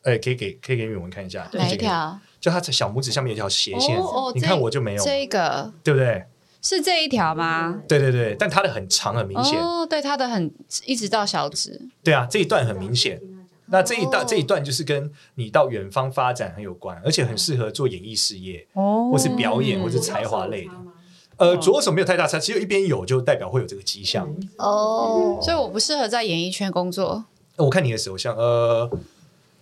S3: 哎、可以给可以给允文看一下
S2: 嗯哪一？条？
S3: 就他小拇指下面有一条斜线，
S2: 哦哦
S3: 你
S2: 这
S3: 看我就没有，
S2: 这个
S3: 对不对？
S2: 是这一条吗？
S3: 对对对，但它的很长很明显，
S2: 哦，对，它的很一直到小指，
S3: 对啊，这一段很明显。那这一段、
S5: 哦
S3: 这一段就是跟你到远方发展很有关，而且很适合做演艺事业，
S2: 哦
S3: 或是表演，或是才华类的。呃，左手没有太大差，只有一边有，就代表会有这个迹象。
S2: 嗯
S5: 哦，
S2: 所以我不适合在演艺圈工作，
S3: 呃我看你的手相，呃，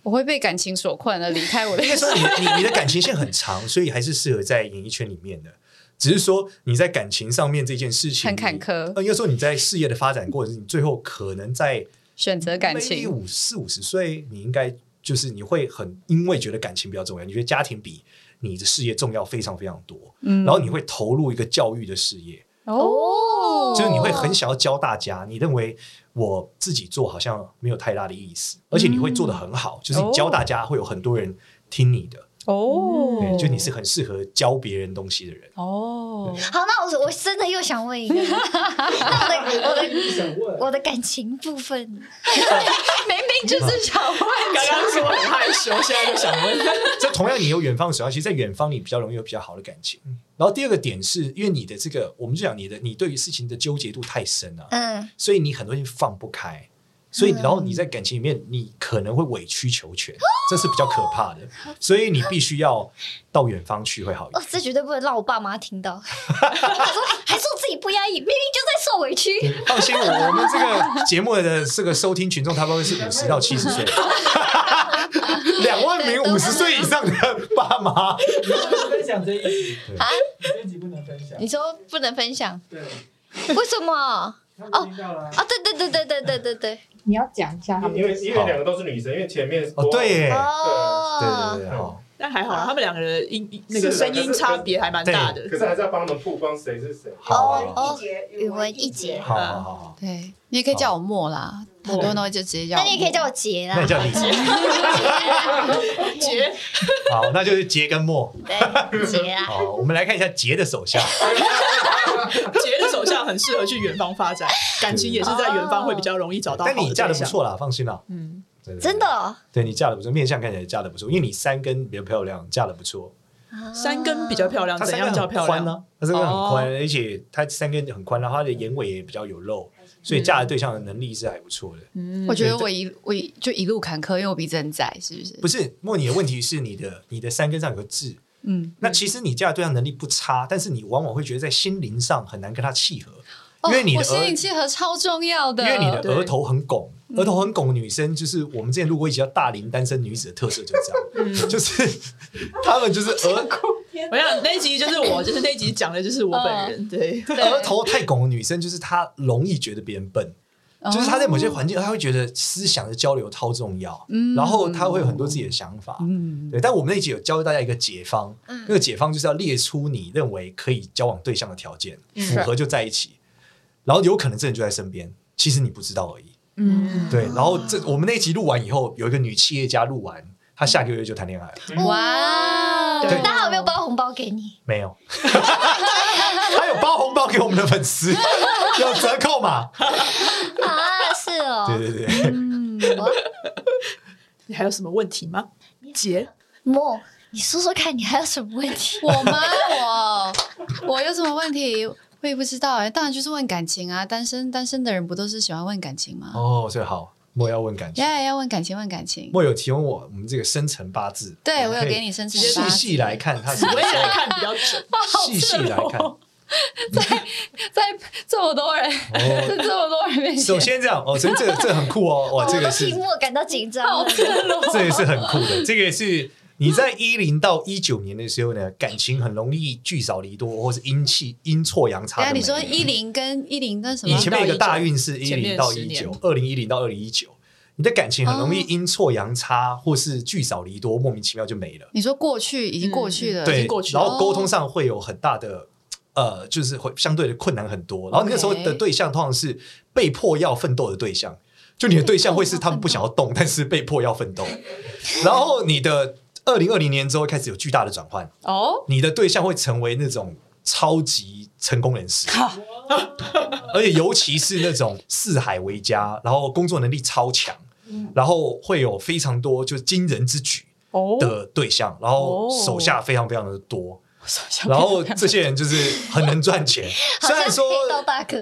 S2: 我会被感情所困而离开我的。
S3: 应该说你你你的感情线很长，所以还是适合在演艺圈里面的。只是说你在感情上面这件事情
S2: 很坎坷
S3: 呃应该说你在事业的发展过程，你最后可能在
S2: 选择感
S3: (laughs)
S2: 情，
S3: 五四五十岁，你应该就是你会很因为觉得感情比较重要，你觉得家庭比你的事业重要非常非常多，
S2: 嗯
S3: 然后你会投入一个教育的事业，
S2: 哦
S3: 就是你会很想要教大家，你认为我自己做好像没有太大的意思，而且你会做
S1: 嗯
S3: 得很好，就是你
S1: 哦
S3: 教大家会有很多人听你的，
S2: 哦
S3: 对，就你是很适合教别人东西的人。
S2: 哦，
S5: 好，那我我真的又想问一
S3: (laughs)
S5: 个，那我的我的我的感情部分，
S2: 明明就是想问，
S1: 刚刚说很害
S3: (laughs)
S1: 羞，现在就想问，
S3: 这同样你有远方的时候，其实，在远方你比较容易有比较好的感情。然后第二个点是因为你的这个，我们就讲你的，你对于事情的纠结度太深啊了、
S5: 嗯，
S3: 所以你很多东西放不开，所
S1: 嗯
S3: 以然后你在感情里面，你可能会委曲求
S1: (gasps)
S3: 全，这是比较可怕的。所以你必须要到远方去会好一
S5: 哦
S3: 点。，
S5: 这绝对不能让我爸妈听
S3: (laughs)
S5: 到。他说还说自己不压抑，明明就在受委屈。
S3: 放心，我我们这个节目的这个收听群众，差不多
S1: (laughs)
S3: 是五十到七十岁，两万名五十岁以上的爸妈。
S6: 分享这一集
S3: 对
S6: 这一集不能分享。
S5: 你说不能分享，
S6: 对，
S5: 为什么？
S6: 他们听到了啊。
S5: 啊，对对对对对对对对，
S4: 你要讲一下他们
S6: 因为因为两个都是女生，因为前面是
S3: 哦，对耶，对
S5: 哦，
S3: 对对哦，
S1: 但还好啦，他们两个人音那个
S3: 啊
S6: 是的
S1: 声
S6: 可
S1: 音
S6: 是
S1: 差别还蛮大的
S6: 可。是还是要帮他们曝光谁是谁。
S3: 好，好
S5: 哦语文一节，
S3: 好好好，
S2: 对，你也可以叫我莫啦，很多人都会就直接叫我
S5: 那
S2: 莫。
S5: 你也可以叫我杰
S3: 那
S1: 嗯
S5: 啦
S3: 你，叫李杰， (laughs)
S1: 杰，
S3: 好，那就是杰跟莫。
S5: 对，杰啦，
S3: 好，我们来看一下杰的手下，
S1: 杰的手下很适合去远方发展，感情也是在远方会比较容 (laughs) 易找到好
S3: 哦但你嫁的
S1: 对
S3: 不
S1: 象。
S3: 错啦，放心啦，
S1: 嗯，
S3: 对
S5: 真的，哦
S3: 对你嫁的不错，面相看起来嫁的不错，因为你三根比较漂亮，嫁的不错，
S1: 三根
S5: 嗯
S1: 比较漂亮，
S3: 她
S1: 啊怎
S3: 三
S1: 样
S3: 根
S1: 叫
S3: 很
S1: 漂
S3: 宽
S1: 亮？哦
S3: 呢，她三根很宽，而且她三根很宽，然后她的眼尾也比较有肉，所以嫁的对象的能力是还不错的。
S1: 嗯
S2: 我觉得我一我一就一路坎坷，因为我鼻子很窄，是不是？
S3: 不是莫，你的问题是你的你的三根上有个痣，
S2: 嗯，
S3: 那其实你嫁的对象能力不差，但是你往往会觉得在心灵上很难跟他契合，因为你
S2: 哦
S3: 的
S2: 我心
S3: 额
S2: 灵契合超重要的，
S3: 因为你的
S1: 对
S3: 额头很拱，额头很拱的女生，就是我们之前录过一集叫“大龄单身女子”的特色，就是这
S2: 嗯
S3: 样，就是 (laughs) 她们就是额
S1: 我想那一集就是我，就是那一集讲的就是我本
S2: 嗯
S1: 人，
S2: (laughs)
S1: 对，
S3: 额头太拱的女生，就是她容易觉得别人笨，
S2: 哦
S3: 就是她在某些环境，她会觉得思想的交流超重要，
S2: 嗯
S3: 然后她会有很多自己的想法，
S2: 嗯，
S3: 对，但我们那一集有教大家一个解方，那个解方就是要列出你认为可以交往对象的条件，
S2: 嗯
S3: 符合就在一起，然后有可能这人就在身边，其实你不知道而已。
S1: 嗯，
S3: 对，然后这我们那一集录完以后，有一个女企业家录完，她下个月就谈恋爱了，
S2: 哇，
S1: 对
S5: 哦那他有没有包红包给你？
S3: 没有， (laughs) 她有包红包给我们的粉丝，有折扣嘛？
S5: (laughs) 啊，是哦，
S3: 对对对，
S2: 嗯，
S1: 你还有什么问题吗？杰，
S5: 莫，你说说看，你还有什么问题？
S2: (laughs) 我吗？我我有什么问题？我也不知道哎、当然就是问感情啊，单身单身的人不都是喜欢问感情吗？
S3: (laughs) 哦，最好莫要问感
S2: 耶、
S3: 情。
S2: 要问感情，问感情。
S3: 莫有提问我我们这个生辰八字，
S2: 对
S3: 们
S2: 我有
S3: 可以
S2: 给你生辰八
S3: 细
S2: 字
S3: 细来看，她是
S1: 我也来看比较准，
S3: 细细来看。
S2: 哦在这么多人，
S3: 哦
S2: 在这么多人面前
S3: 首，先这样哦，所以这个这个很
S2: (laughs)
S3: 酷哦，哇，这
S5: 我
S3: 个
S5: 都
S3: 是
S5: 替莫感到紧张了。
S1: 哦
S3: 这个是很酷的，这个是你在一零到一九年的时候呢，感情很容易聚少离多，或是阴气阴错阳差
S2: 等
S3: 的
S2: 下
S3: 美
S2: 啊你
S3: 人。
S2: 说一零跟一零跟什
S3: 你
S2: 么？
S3: 前面有一个大运是一
S1: 前
S3: 零
S1: 面
S3: 到
S1: 十
S3: 一
S1: 年
S3: 九，二零一零到二零一九，你的感情很容易
S2: 哦
S3: 阴错阳差，或是聚少离多，莫名其妙就没了。
S2: 你说过去已经过去了，
S1: 嗯已
S3: 对
S1: 经过去，了
S3: 然后沟通上会有很大的。呃，就是会相对的困难很多，然后你那时候
S2: OK
S3: 的对象通常是被迫要奋斗的对象，就你的对象会是他们不想要动，但是被迫要奋
S1: (laughs)
S3: 斗。然后你的二零二零年之后开始有巨大的转换，
S2: 哦，
S3: 你的对象会成为那种超级成功人士， (laughs) 而且尤其是那种四海为家，然后工作能力超强，
S1: 嗯
S3: 然后会有非常多就是惊人之举，
S1: 哦，
S3: 的对象，然后
S1: 哦
S3: 手下非常非常的多，然后这些人就是很能赚
S1: (laughs)
S3: 钱。虽然说
S5: 黑道大哥，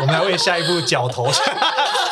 S3: 我们还会下一步绞头，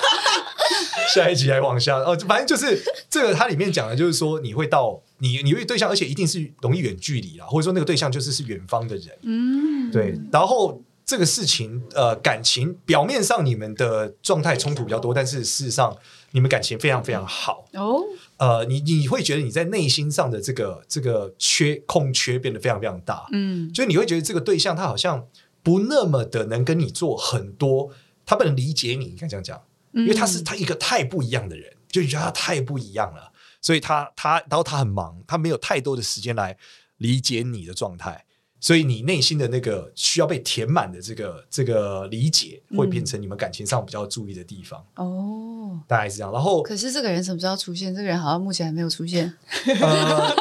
S3: (laughs) 下一集还往下，哦，反正就是这个，它里面讲的就是说你会到你你会对象，而且一定是容易远距离啦，或者说那个对象就是是远方的人，
S2: 嗯，
S3: 对，然后。这个事情，呃，感情表面上你们的状态冲突比较多，但是事实上你们感情非常非常好。
S2: 哦，
S3: 呃，你你会觉得你在内心上的这个这个缺空缺变得非常非常大，
S2: 嗯，
S3: 就是你会觉得这个对象他好像不那么的能跟你做很多，他不能理解你，应该这样讲，
S2: 嗯
S3: 因为他是他一个太不一样的人，就你觉得他太不一样了，所以他他然后他很忙，他没有太多的时间来理解你的状态。所以你内心的那个需要被填满的这个这个理解，会变成你们感情上比较注意的地方，
S2: 哦。
S3: 大概是这样。
S2: (laughs)
S3: 然后
S2: 可是这个人什么时候出现？这个人好像目前还没有出现。
S3: 呃，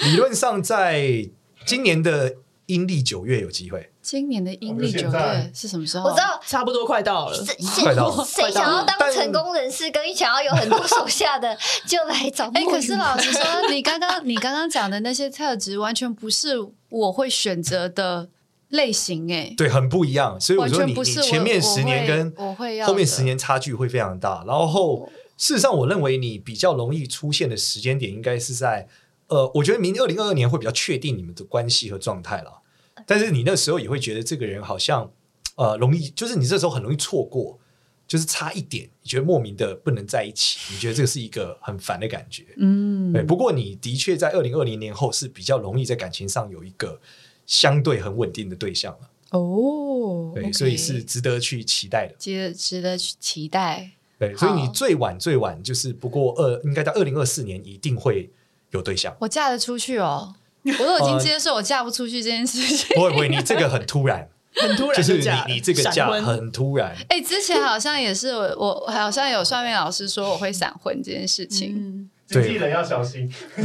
S3: 理论上在今年的阴历九月有机会，
S2: 今年的阴历
S6: 我们
S2: 九
S6: 现在
S2: 月是什么时候？啊
S5: 我知道
S1: 差不多快到了。
S5: 谁
S3: 快到了
S5: 谁谁想要当成功人士，跟想要有很多手下的，就来找
S2: 哎、
S5: 莫
S2: 可
S5: 雨
S2: 是老实说，你刚
S3: (laughs)
S2: 刚你刚刚讲的那些特质，完全不是我会选择的类型、哎，
S3: 对，很不一样。所以我
S2: 完
S3: 说
S2: 全
S3: 你
S2: 不
S3: 你
S2: 是我
S3: 前面十年
S2: 我会我
S3: 跟
S2: 会要的哦
S3: 后面十年差距会非常大。然后事实上，我认为你比较容易出现的时间点应该是在呃，我觉得明二零二二年会比较确定你们的关系和状态了。
S2: 嗯
S3: 但是你那时候也会觉得这个人好像呃容易，就是你这时候很容易错过。就是差一点，你觉得莫名的不能在一起，你觉得这个是一个很烦的感觉。
S2: 嗯，
S3: 对，不过你的确在二零二零年后是比较容易在感情上有一个相对很稳定的对象了。
S2: 哦，哦，
S3: 对
S2: OK
S3: 所以是值得去期待的。
S2: 值值得去期待。
S3: 对，所以你
S2: 好
S3: 最晚最晚就是不过二，应该在二零二四年一定会有对象。
S2: 我嫁得出去哦，我都已
S3: 呃
S2: 经接受我嫁不出去这件事情。 (laughs)
S3: 不会不会，你这个很突然，
S1: 很突然
S3: 就是
S1: 嫁了
S3: 你你这个
S1: 闪
S3: 嫁
S1: 婚
S3: 很突然。
S2: 哎、之前好像也是我，我好像有算命老师说我会闪婚这件事情。
S1: 嗯
S6: 经纪人要小心。
S3: (laughs)
S2: OK，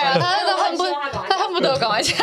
S2: 然后他都恨不，他恨不得我赶快嫁。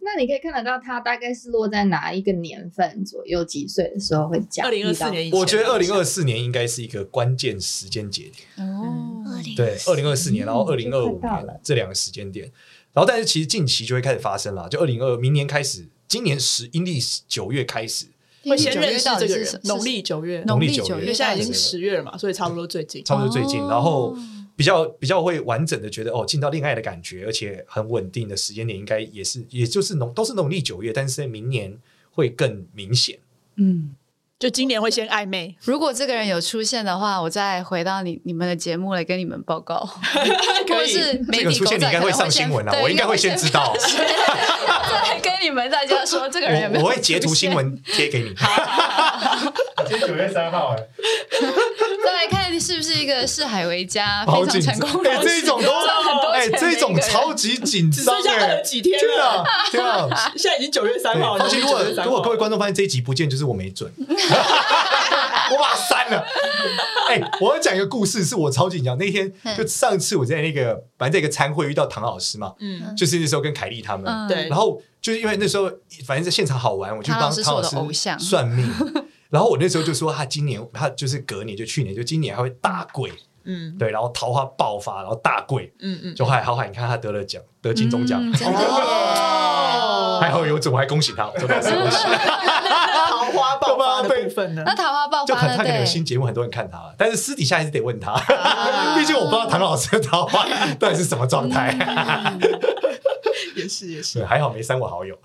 S4: 那你可以看得到它大概是落在哪一个年份左右，几岁的时候会讲？
S1: 二零二四年以前，
S3: 我觉得二零二四年应该是一个关键时间节点，
S2: 哦，
S5: 20
S3: 对，二零二四年，然后二零二
S4: 就
S3: 五
S4: 快到了
S3: 年这两个时间点，然后但是其实近期就会开始发生了，就二零二明年开始，今年十阴历九月开始，
S1: 会先认识这
S2: 到底
S1: 个
S2: 是
S1: 人
S2: 什。
S1: 农历九月，
S2: 农
S3: 农
S2: 历
S3: 历
S2: 九
S3: 九
S1: 因
S3: 月
S1: 为
S2: 月
S1: 现在已
S2: 到底
S1: 经
S2: 是
S1: 十月了嘛，所以差不多最近。
S3: 差不多最近，
S2: 哦
S3: 然后比较比较会完整的觉得哦，进到恋爱的感觉，而且很稳定的时间点，应该也是也就是农都是农历九月，但是在明年会更明显。
S2: 嗯，
S1: 就今年会先暧昧，
S2: 如果这个人有出现的话，我再回到你你们的节目来跟你们报
S3: (laughs)
S2: 告，或者是媒
S3: 这个
S2: 体
S3: 出
S2: 狗仔
S3: 现你应该会
S2: 可能
S3: 上
S2: 先
S3: 新闻啊，
S2: 对
S3: 我应该会
S2: (laughs)
S3: 先知道，
S2: 再跟你们大家说这个人有没
S3: 我
S2: 有啊
S3: 我会截图
S2: 出现
S3: 新，
S2: (laughs)
S3: 闻贴给你。
S6: 今天九月三号，哎，
S2: 再来看是不是一个四海为
S3: (laughs)
S2: 家
S3: 好
S2: 非常
S3: 紧
S2: 成
S3: 张
S2: 功！
S3: 哎、
S2: 人
S3: 这
S2: 士， (laughs)
S3: 种
S2: 赚很
S3: 都
S2: 多
S3: 哎、
S2: 钱的
S3: 这
S2: 一
S3: 种
S2: 个人
S3: 超级紧
S1: 只
S3: 张
S1: 剩下
S3: 哎
S1: 二，几天
S3: 天
S1: 了，
S3: 啊天
S2: (laughs)
S3: 啊！
S1: 现在已经九月三号了。
S3: 而且如果
S1: 9月3
S3: 如果各位
S1: 号
S3: 观众发现这一集不见，就是我没准，我把它删了。哎、我要讲一个故事，是我超紧张。那天
S2: 嗯
S3: 就上次我在那个反正在一个餐会遇到唐老师嘛，
S1: 嗯，
S3: 就是那时候跟凯莉他们，
S2: 嗯
S1: 对
S3: 然后就是因为那时候反正在现场好玩，我就
S2: 唐老
S3: 帮
S2: 师是
S3: 唐
S2: 我
S3: 老
S2: 的
S3: 师
S2: 偶像
S3: 算
S2: (laughs)
S3: 命。然后我那时候就说，他今年他就是隔年就去年就今年他会大贵，
S1: 嗯
S3: 对，然后桃花爆发，然后大贵，
S1: 嗯嗯，
S3: 就还好海，你看他得了奖，得金钟奖，
S2: 嗯真的
S1: 哦
S3: 还好有准，我还恭喜他，我真的是恭喜。
S1: 桃花爆发
S3: 哦
S1: 的部分呢
S2: 那？桃花爆
S3: 就
S2: 发
S3: 可能
S2: 了，
S3: 他可能有
S2: 对，
S3: 新节目，很多人看他了，但是私底下还是得问他，
S1: 啊
S3: 毕竟我不知道唐老师的桃花到底是什么
S1: (laughs)
S3: 状态。
S1: 也是也是
S3: 对，还好没删我好友。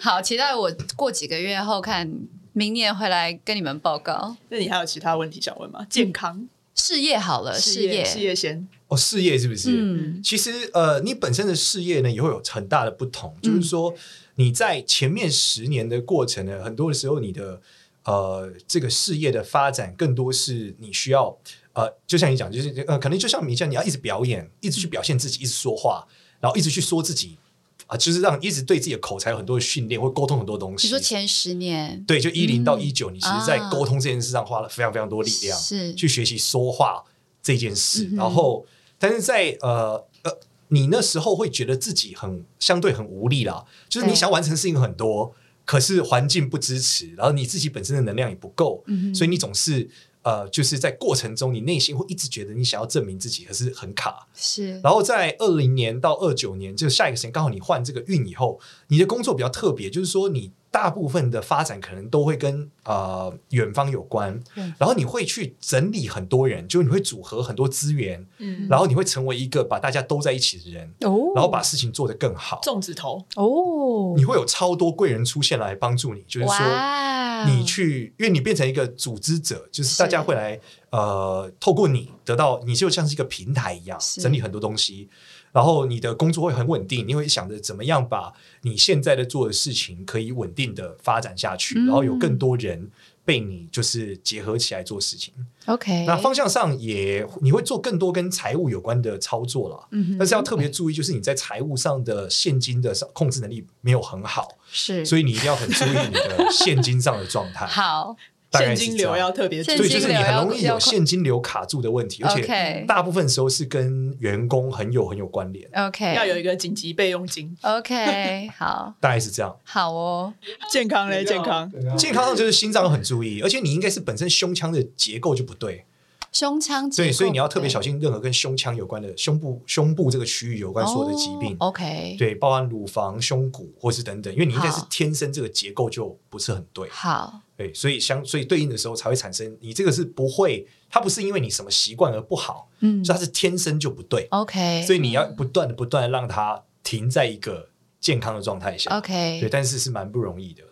S2: 好，期待我过几个月后看，明年回来跟你们报告
S1: 那你还有其他问题想问吗？健康、
S2: 事业好了，呃事
S1: 业、事业先，
S3: 哦，事业是不是？
S2: 嗯
S3: 其实呃，你本身的事业呢也会有很大的不同，就是
S2: 嗯
S3: 说你在前面十年的过程呢，很多的时候你的呃这个事业的发展更多是你需要呃，就像你讲，就是呃，可能就像你像你要一直表演，一直去表现自己，一直说话，然后一直去说自己啊，就是让一直对自己的口才有很多的训练，会沟通很多东西。
S2: 你说前十年，
S3: 对，就一零到
S2: 嗯
S3: 一九，你其实在
S2: 啊
S3: 沟通这件事上花了非常非常多力量，
S2: 是
S3: 去学习说话这件事
S2: 嗯。哼
S3: 然后，但是在呃呃，你那时候会觉得自己很相对很无力啦，就是你
S2: 对
S3: 想完成的事情很多，可是环境不支持，然后你自己本身的能量也不够，
S2: 嗯哼
S3: 所以你总是呃，就是在过程中，你内心会一直觉得你想要证明自己，可是很卡。
S2: 是
S3: 然后在二零年到二九年，就下一个时间刚好你换这个运以后，你的工作比较特别，就是说你大部分的发展可能都会跟呃远方有关
S2: 嗯，
S3: 然后你会去整理很多人，就是你会组合很多资源，
S1: 嗯，
S3: 然后你会成为一个把大家都在一起的人，
S2: 哦
S3: 然后把事情做得更好，
S1: 粽子头，
S2: 哦
S3: 你会有超多贵人出现来帮助你，就是说。
S2: 哇哦
S3: 你去，因为你变成一个组织者，就是大
S2: 嗯
S3: 家
S2: 是
S3: 会来呃，透过你得到，你就像是一个平台一样，
S2: 是
S3: 整理很多东西。然后你的工作会很稳定，你会想着怎么样把你现在在做的事情可以稳定的发展下去，
S2: 嗯
S3: 然后有更多人被你就是结合起来做事情。
S2: OK，
S3: 那方向上也你会做更多跟财务有关的操作了，
S2: 嗯哼
S3: 但是要特别注意，就是你在财务上的现金的上控制能力没有很好，
S2: 是
S3: 所以你一定要很注意你的现金上的状
S2: (laughs)
S3: 态。
S2: 好
S3: 大
S1: 现
S3: 概是
S1: 金
S3: 这样
S1: 流要特别注
S2: 现
S3: 对，
S1: 意，
S3: 就是
S2: 金
S3: 你
S2: 流
S3: 很
S2: 要
S3: 容易
S2: 要
S3: 有
S2: 控
S3: 现金流卡住的问题，而且
S2: OK
S3: 大部分时候是跟员工很有很有关联，
S1: 要
S2: OK
S1: 有一个紧急备用金。
S2: OK (laughs) 好
S3: 大概是这样。
S2: 好哦，
S1: 健康嘞，健康，
S3: 健康上就是心脏很注意，而且你应该是本身胸腔的结构就不对，
S2: 胸腔
S3: 对，所以你要特别小
S2: 心
S3: 心任何跟胸腔有关的胸部胸部这个区域有关所有的疾病。
S2: 哦 OK
S3: 对，包含乳房、胸骨或是等等，因为你应该是
S2: 好
S3: 天生这个结构就不是很对，
S2: 好
S3: 对，所以相所以对应的时候才会产生你这个是不会，它不是因为你什么习惯而不好，
S2: 嗯
S3: 就它是天生就不对。
S2: OK
S3: 所以你要不断的、不断的让它停在一个健康的状态下。对，
S2: OK
S3: 但是是蛮不容易的。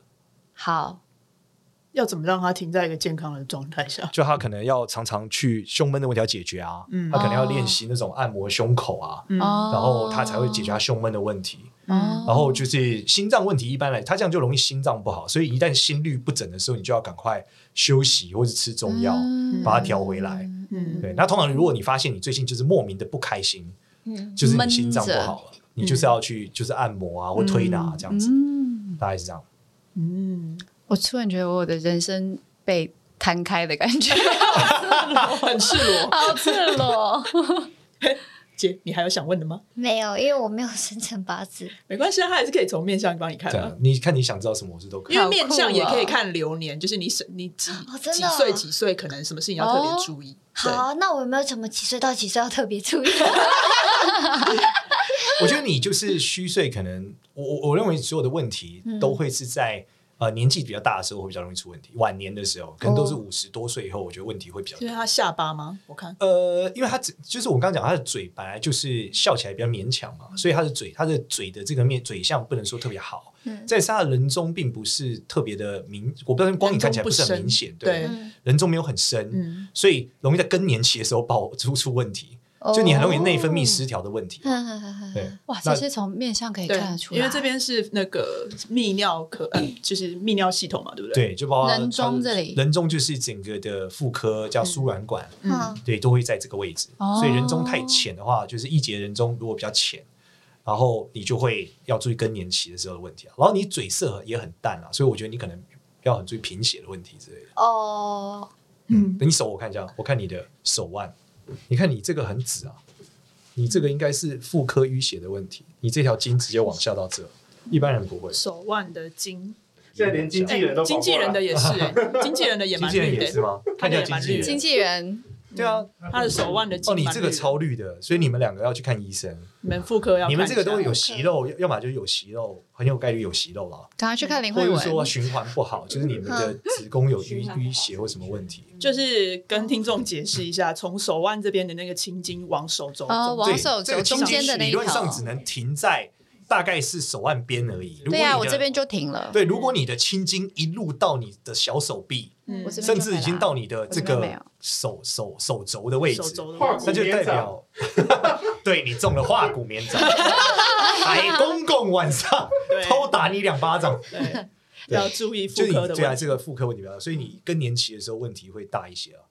S2: 好
S1: 要怎么让它停在一个健康的状态下？
S3: 就他可能要常常去胸闷的问题要解决啊，
S1: 嗯
S3: 他可能要练习那种按摩胸口啊，
S1: 嗯
S2: 哦
S3: 然后他才会解决他胸闷的问题。
S1: 嗯
S3: 然后就是心脏问题，一般来他这样就容易心脏不好，所以一旦心律不整的时候，你就要赶快休息或是吃中药，把它调回来。
S1: 嗯
S3: 对，那通常如果你发现你最近就是莫名的不开心，
S5: 嗯，
S3: 就是你心脏不好了，你就是
S1: 嗯
S3: 要去就是按摩啊或推拿这样子，
S2: 嗯，
S3: 大概是这样。
S1: 嗯，
S2: 我突然觉得我的人生被摊开的感
S3: (laughs)
S2: 觉，
S1: 哦很赤裸。
S2: 好赤
S3: (laughs)
S2: 裸。
S1: 姐，你还有想问的吗？
S5: 没有，因为我没有生辰八字，
S1: 没关系啊，他还是可以从面相帮你看
S3: 这
S1: 的
S3: 样，。啊你看你想知道什么，我是都可以
S1: 因。为面相也
S2: 好酷啊
S1: 可以看流年，就是你是你几
S5: 哦真
S1: 几
S5: 的哦
S1: 岁几岁，可能什么事情要特别注意。对，
S5: 好，那我有没有什么几岁到几岁要特别 (laughs) 注意？
S3: 我觉得你就是虚岁，可能我我我认为所有的问题都会是在、呃年纪比较大的时候会比较容易出问题，晚年的时候可能都是
S5: 哦
S3: 五十多岁以后，我觉得问题会比较
S1: 因
S3: 多
S1: 为。他下巴吗？我看
S3: 呃，因为他只就是我刚刚讲，他的嘴本来就是笑起来比较勉强嘛，所以他的嘴，他的嘴的这个面嘴相不能说特别好，
S5: 嗯
S3: 再是他的人中并不是特别的明，我不知道光影看起来不是很明显，
S1: 对，
S5: 嗯
S3: 人中没有很深，
S1: 嗯
S3: 所以容易在更年期的时候爆出出问题，
S5: 哦
S3: 就你很容易内分泌
S2: 哦
S3: 失调的问题，
S5: 嗯嗯嗯嗯
S3: 对
S5: 嗯，
S2: 哇，
S3: 那
S2: 这些从面相可以
S1: 对
S2: 看得，出来，
S1: 因为这边是那个泌尿科，呃就是泌尿系统嘛，对不对？对，
S3: 对，就包括
S2: 人中这里
S3: 人中就是整个的妇科叫输卵管，
S1: 嗯
S3: 对，都会在这个位置。
S2: 哦
S3: 所以人中太浅的话，就是一节人中如果比较浅，然后你就会要注意更年期的时候的问题啊。然后你嘴色也很淡啊，所以我觉得你可能要很注意贫血的问题之类的。
S5: 哦，
S1: 嗯
S3: 等你手我看一下，我看你的手腕，你看你这个很紫啊，你这个应该是妇科淤血的问题，你这条筋直接往下到这，一般人不会。
S1: 手腕的筋，
S6: 现在连经纪人都跑过
S1: 经
S6: 来
S1: 纪人的也是，哎经纪人的也
S3: 经
S1: 蛮
S3: 纪人
S1: 绿
S3: 也是
S1: 的，
S2: (laughs)
S3: 吗？看一下经纪
S1: 对
S2: 经
S3: 人，
S2: 纪人
S3: 对啊，
S1: 他的手腕的筋
S3: 哦，
S1: 蛮绿的。
S3: 你这个超绿的，所以你们两个要去看医生。
S1: 你们妇科要
S3: 你们
S1: 看
S3: 这
S1: 一
S3: 个
S1: 下
S3: 都有息肉，要要么就是有息肉，很有概率有息肉了，
S2: 赶快去看林
S3: 或
S2: 慧
S3: 者是说
S2: 文，
S3: 循环不好，就是你们的
S2: 嗯
S3: 子
S2: (laughs)
S3: 宫有淤淤血或什么问题。
S1: 就是跟听众解释一下，从手腕这边的那个青筋往手肘
S2: 哦
S1: 走，
S2: 往手
S3: 这
S2: 肘
S3: 个
S2: 中间的那
S3: 理
S2: 一
S3: 论上
S2: 条
S3: 只，能停在大概是手腕边而已。如果
S2: 对啊，
S3: 你
S2: 我
S3: 的
S2: 这边就停了，
S3: 对，如果你的青筋一路到你的小手臂，
S1: 嗯
S2: 我这边
S3: 甚至已经到你的这
S2: 啊我这边没
S3: 个
S2: 有
S3: 手手手肘的位置
S1: 手，肘的
S6: 画
S1: 位置
S6: 骨
S3: 那就代表 (laughs) 对你中了化骨绵
S2: (laughs)
S3: 掌，海公公晚上
S1: 对
S3: 偷打你两巴掌。
S1: 对，
S3: 对
S1: 要注意妇
S3: 就你
S1: 科的
S3: 对啊，
S1: 问题。
S3: 这个妇科问题比较大，所以你更年期的时候问题会大一些啊。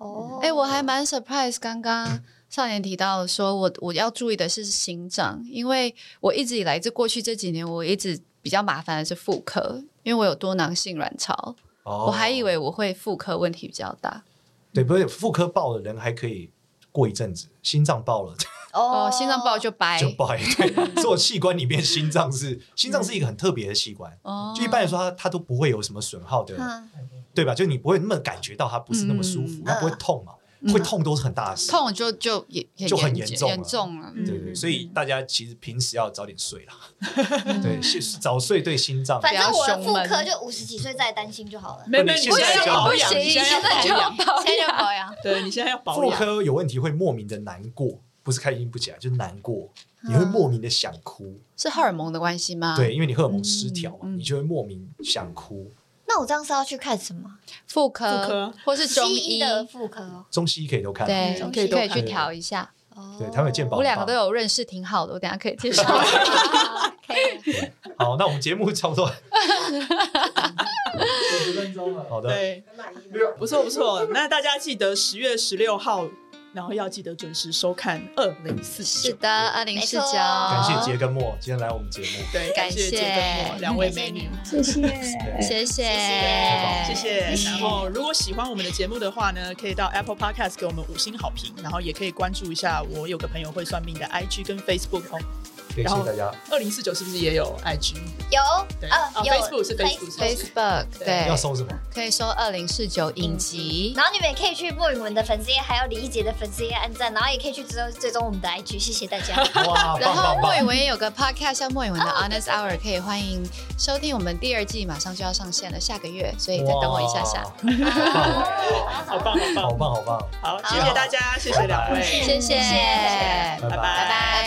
S5: 哦，
S2: 哎、我还蛮 surprise，刚刚少年提到说我我要注意的是心脏，因为我一直以来这过去这几年，我一直比较麻烦的是妇科，因为我有多囊性卵巢，
S3: 哦
S2: 我还以为我会妇科问题比较大。
S3: 对，不是妇科爆了，人还可以过一阵子，心脏爆了
S2: 哦，心脏爆就掰，
S3: 就爆了。对， (laughs) 所有器官里面，心脏是心脏是一个很特别的器官。
S2: 哦，
S3: 就一般来说它，它都不会有什么损耗的，
S5: 嗯
S3: 对吧？就你不会那么感觉到它不是那么舒服
S2: 嗯，
S3: 它不会痛嘛？
S2: 嗯
S3: 会痛都是很大的事。
S2: 痛就就也也
S3: 就很
S2: 严
S3: 严重了
S2: 严重了。
S1: 嗯
S3: 对对，对所以大家其实平时要早点睡啦。对，是 (laughs) 早睡对心脏。
S5: 反正我的
S2: 不要胸
S5: 妇
S2: 闷
S5: 科就五十几岁再担心就好了，
S1: 没没，
S3: 你
S1: 你
S3: 现
S1: 现
S3: 在
S1: 在
S3: 就
S1: 要保
S2: 不
S1: 养，
S2: 行
S1: 你现在
S2: 现在
S1: 要
S2: 就
S1: 保养，
S2: 保
S5: 现在就
S2: 养
S5: 保养。
S1: 对你现在要保
S3: 妇
S2: 啊
S1: 养。
S3: 科有问题会莫名的难过，不是开心不起来，就是难过，
S2: 嗯
S3: 你会莫名的想哭，
S2: 是荷尔蒙的关系吗？
S3: 对，，因为你荷尔蒙失调嘛，
S2: 啊嗯嗯
S3: 你就会莫名想哭。
S5: 那我这样是要去看什么？
S2: 妇科
S1: 妇科
S2: 或是中
S5: 西
S2: 医
S5: 医，的妇科哦
S3: 中西医可以都看，
S2: 对，
S1: 嗯
S2: 可
S1: 可
S2: 以
S1: 以都
S2: 可以去
S3: 看
S2: 调一下。
S5: 哦，
S3: 对他们有健保
S5: (laughs)
S2: 我两个都有认识，挺好的，我等一下可以介绍。 (laughs)
S5: 啊可以
S3: 好，那我们节目差不多，
S6: 五十分钟了，
S3: 好的，
S1: 对，
S6: 六
S1: 不错不错。那大家记得十月十六号，然后要记得准时收看二零四
S2: 是
S1: 九。
S2: 的，二零四
S5: 没
S2: 九，
S5: 错
S3: 感谢杰跟莫今天来我们节目，
S1: 对，感谢
S2: 感谢
S1: 杰跟莫两位美女。
S4: 谢谢，
S2: 谢谢，
S1: 谢
S5: 谢
S1: 谢
S5: 谢。谢
S1: 然后，如果喜欢我们的节目的话呢，可以到 Apple Podcast 给我们五星好评，然后也可以关注一下我有个朋友会算命的 IG 跟 Facebook 哦。
S3: 谢谢
S1: 然后
S3: 大家。
S1: 二零四九是不是也有 IG？
S5: 有
S1: 对
S5: 啊
S1: 啊
S5: 有
S1: ，Facebook 是 Facebook 是
S2: Facebook，对
S3: 要，收什么？
S2: 可以说二零四九影集。
S5: 然后你们也可以去莫允文的粉丝页，还有李一杰的粉丝页按赞，然后也可以去追踪追踪我们的 IG，谢谢大家。
S3: 哇，
S2: 然后
S3: 棒棒
S2: 莫允
S3: 棒！
S2: 文也有个 podcast 叫莫允文的 Honest Hour，可以欢迎收听。我们第二季马上就要上线了，下个月，所以再等我一下下
S3: 哇。棒
S1: 好
S2: (laughs)
S1: 棒，好
S3: 好
S1: 棒，
S3: 棒，好棒，
S1: 好，谢谢大家，谢谢两位，
S2: 谢谢，
S5: 谢谢
S2: 拜
S3: 拜
S1: 拜
S3: 拜。
S2: 拜。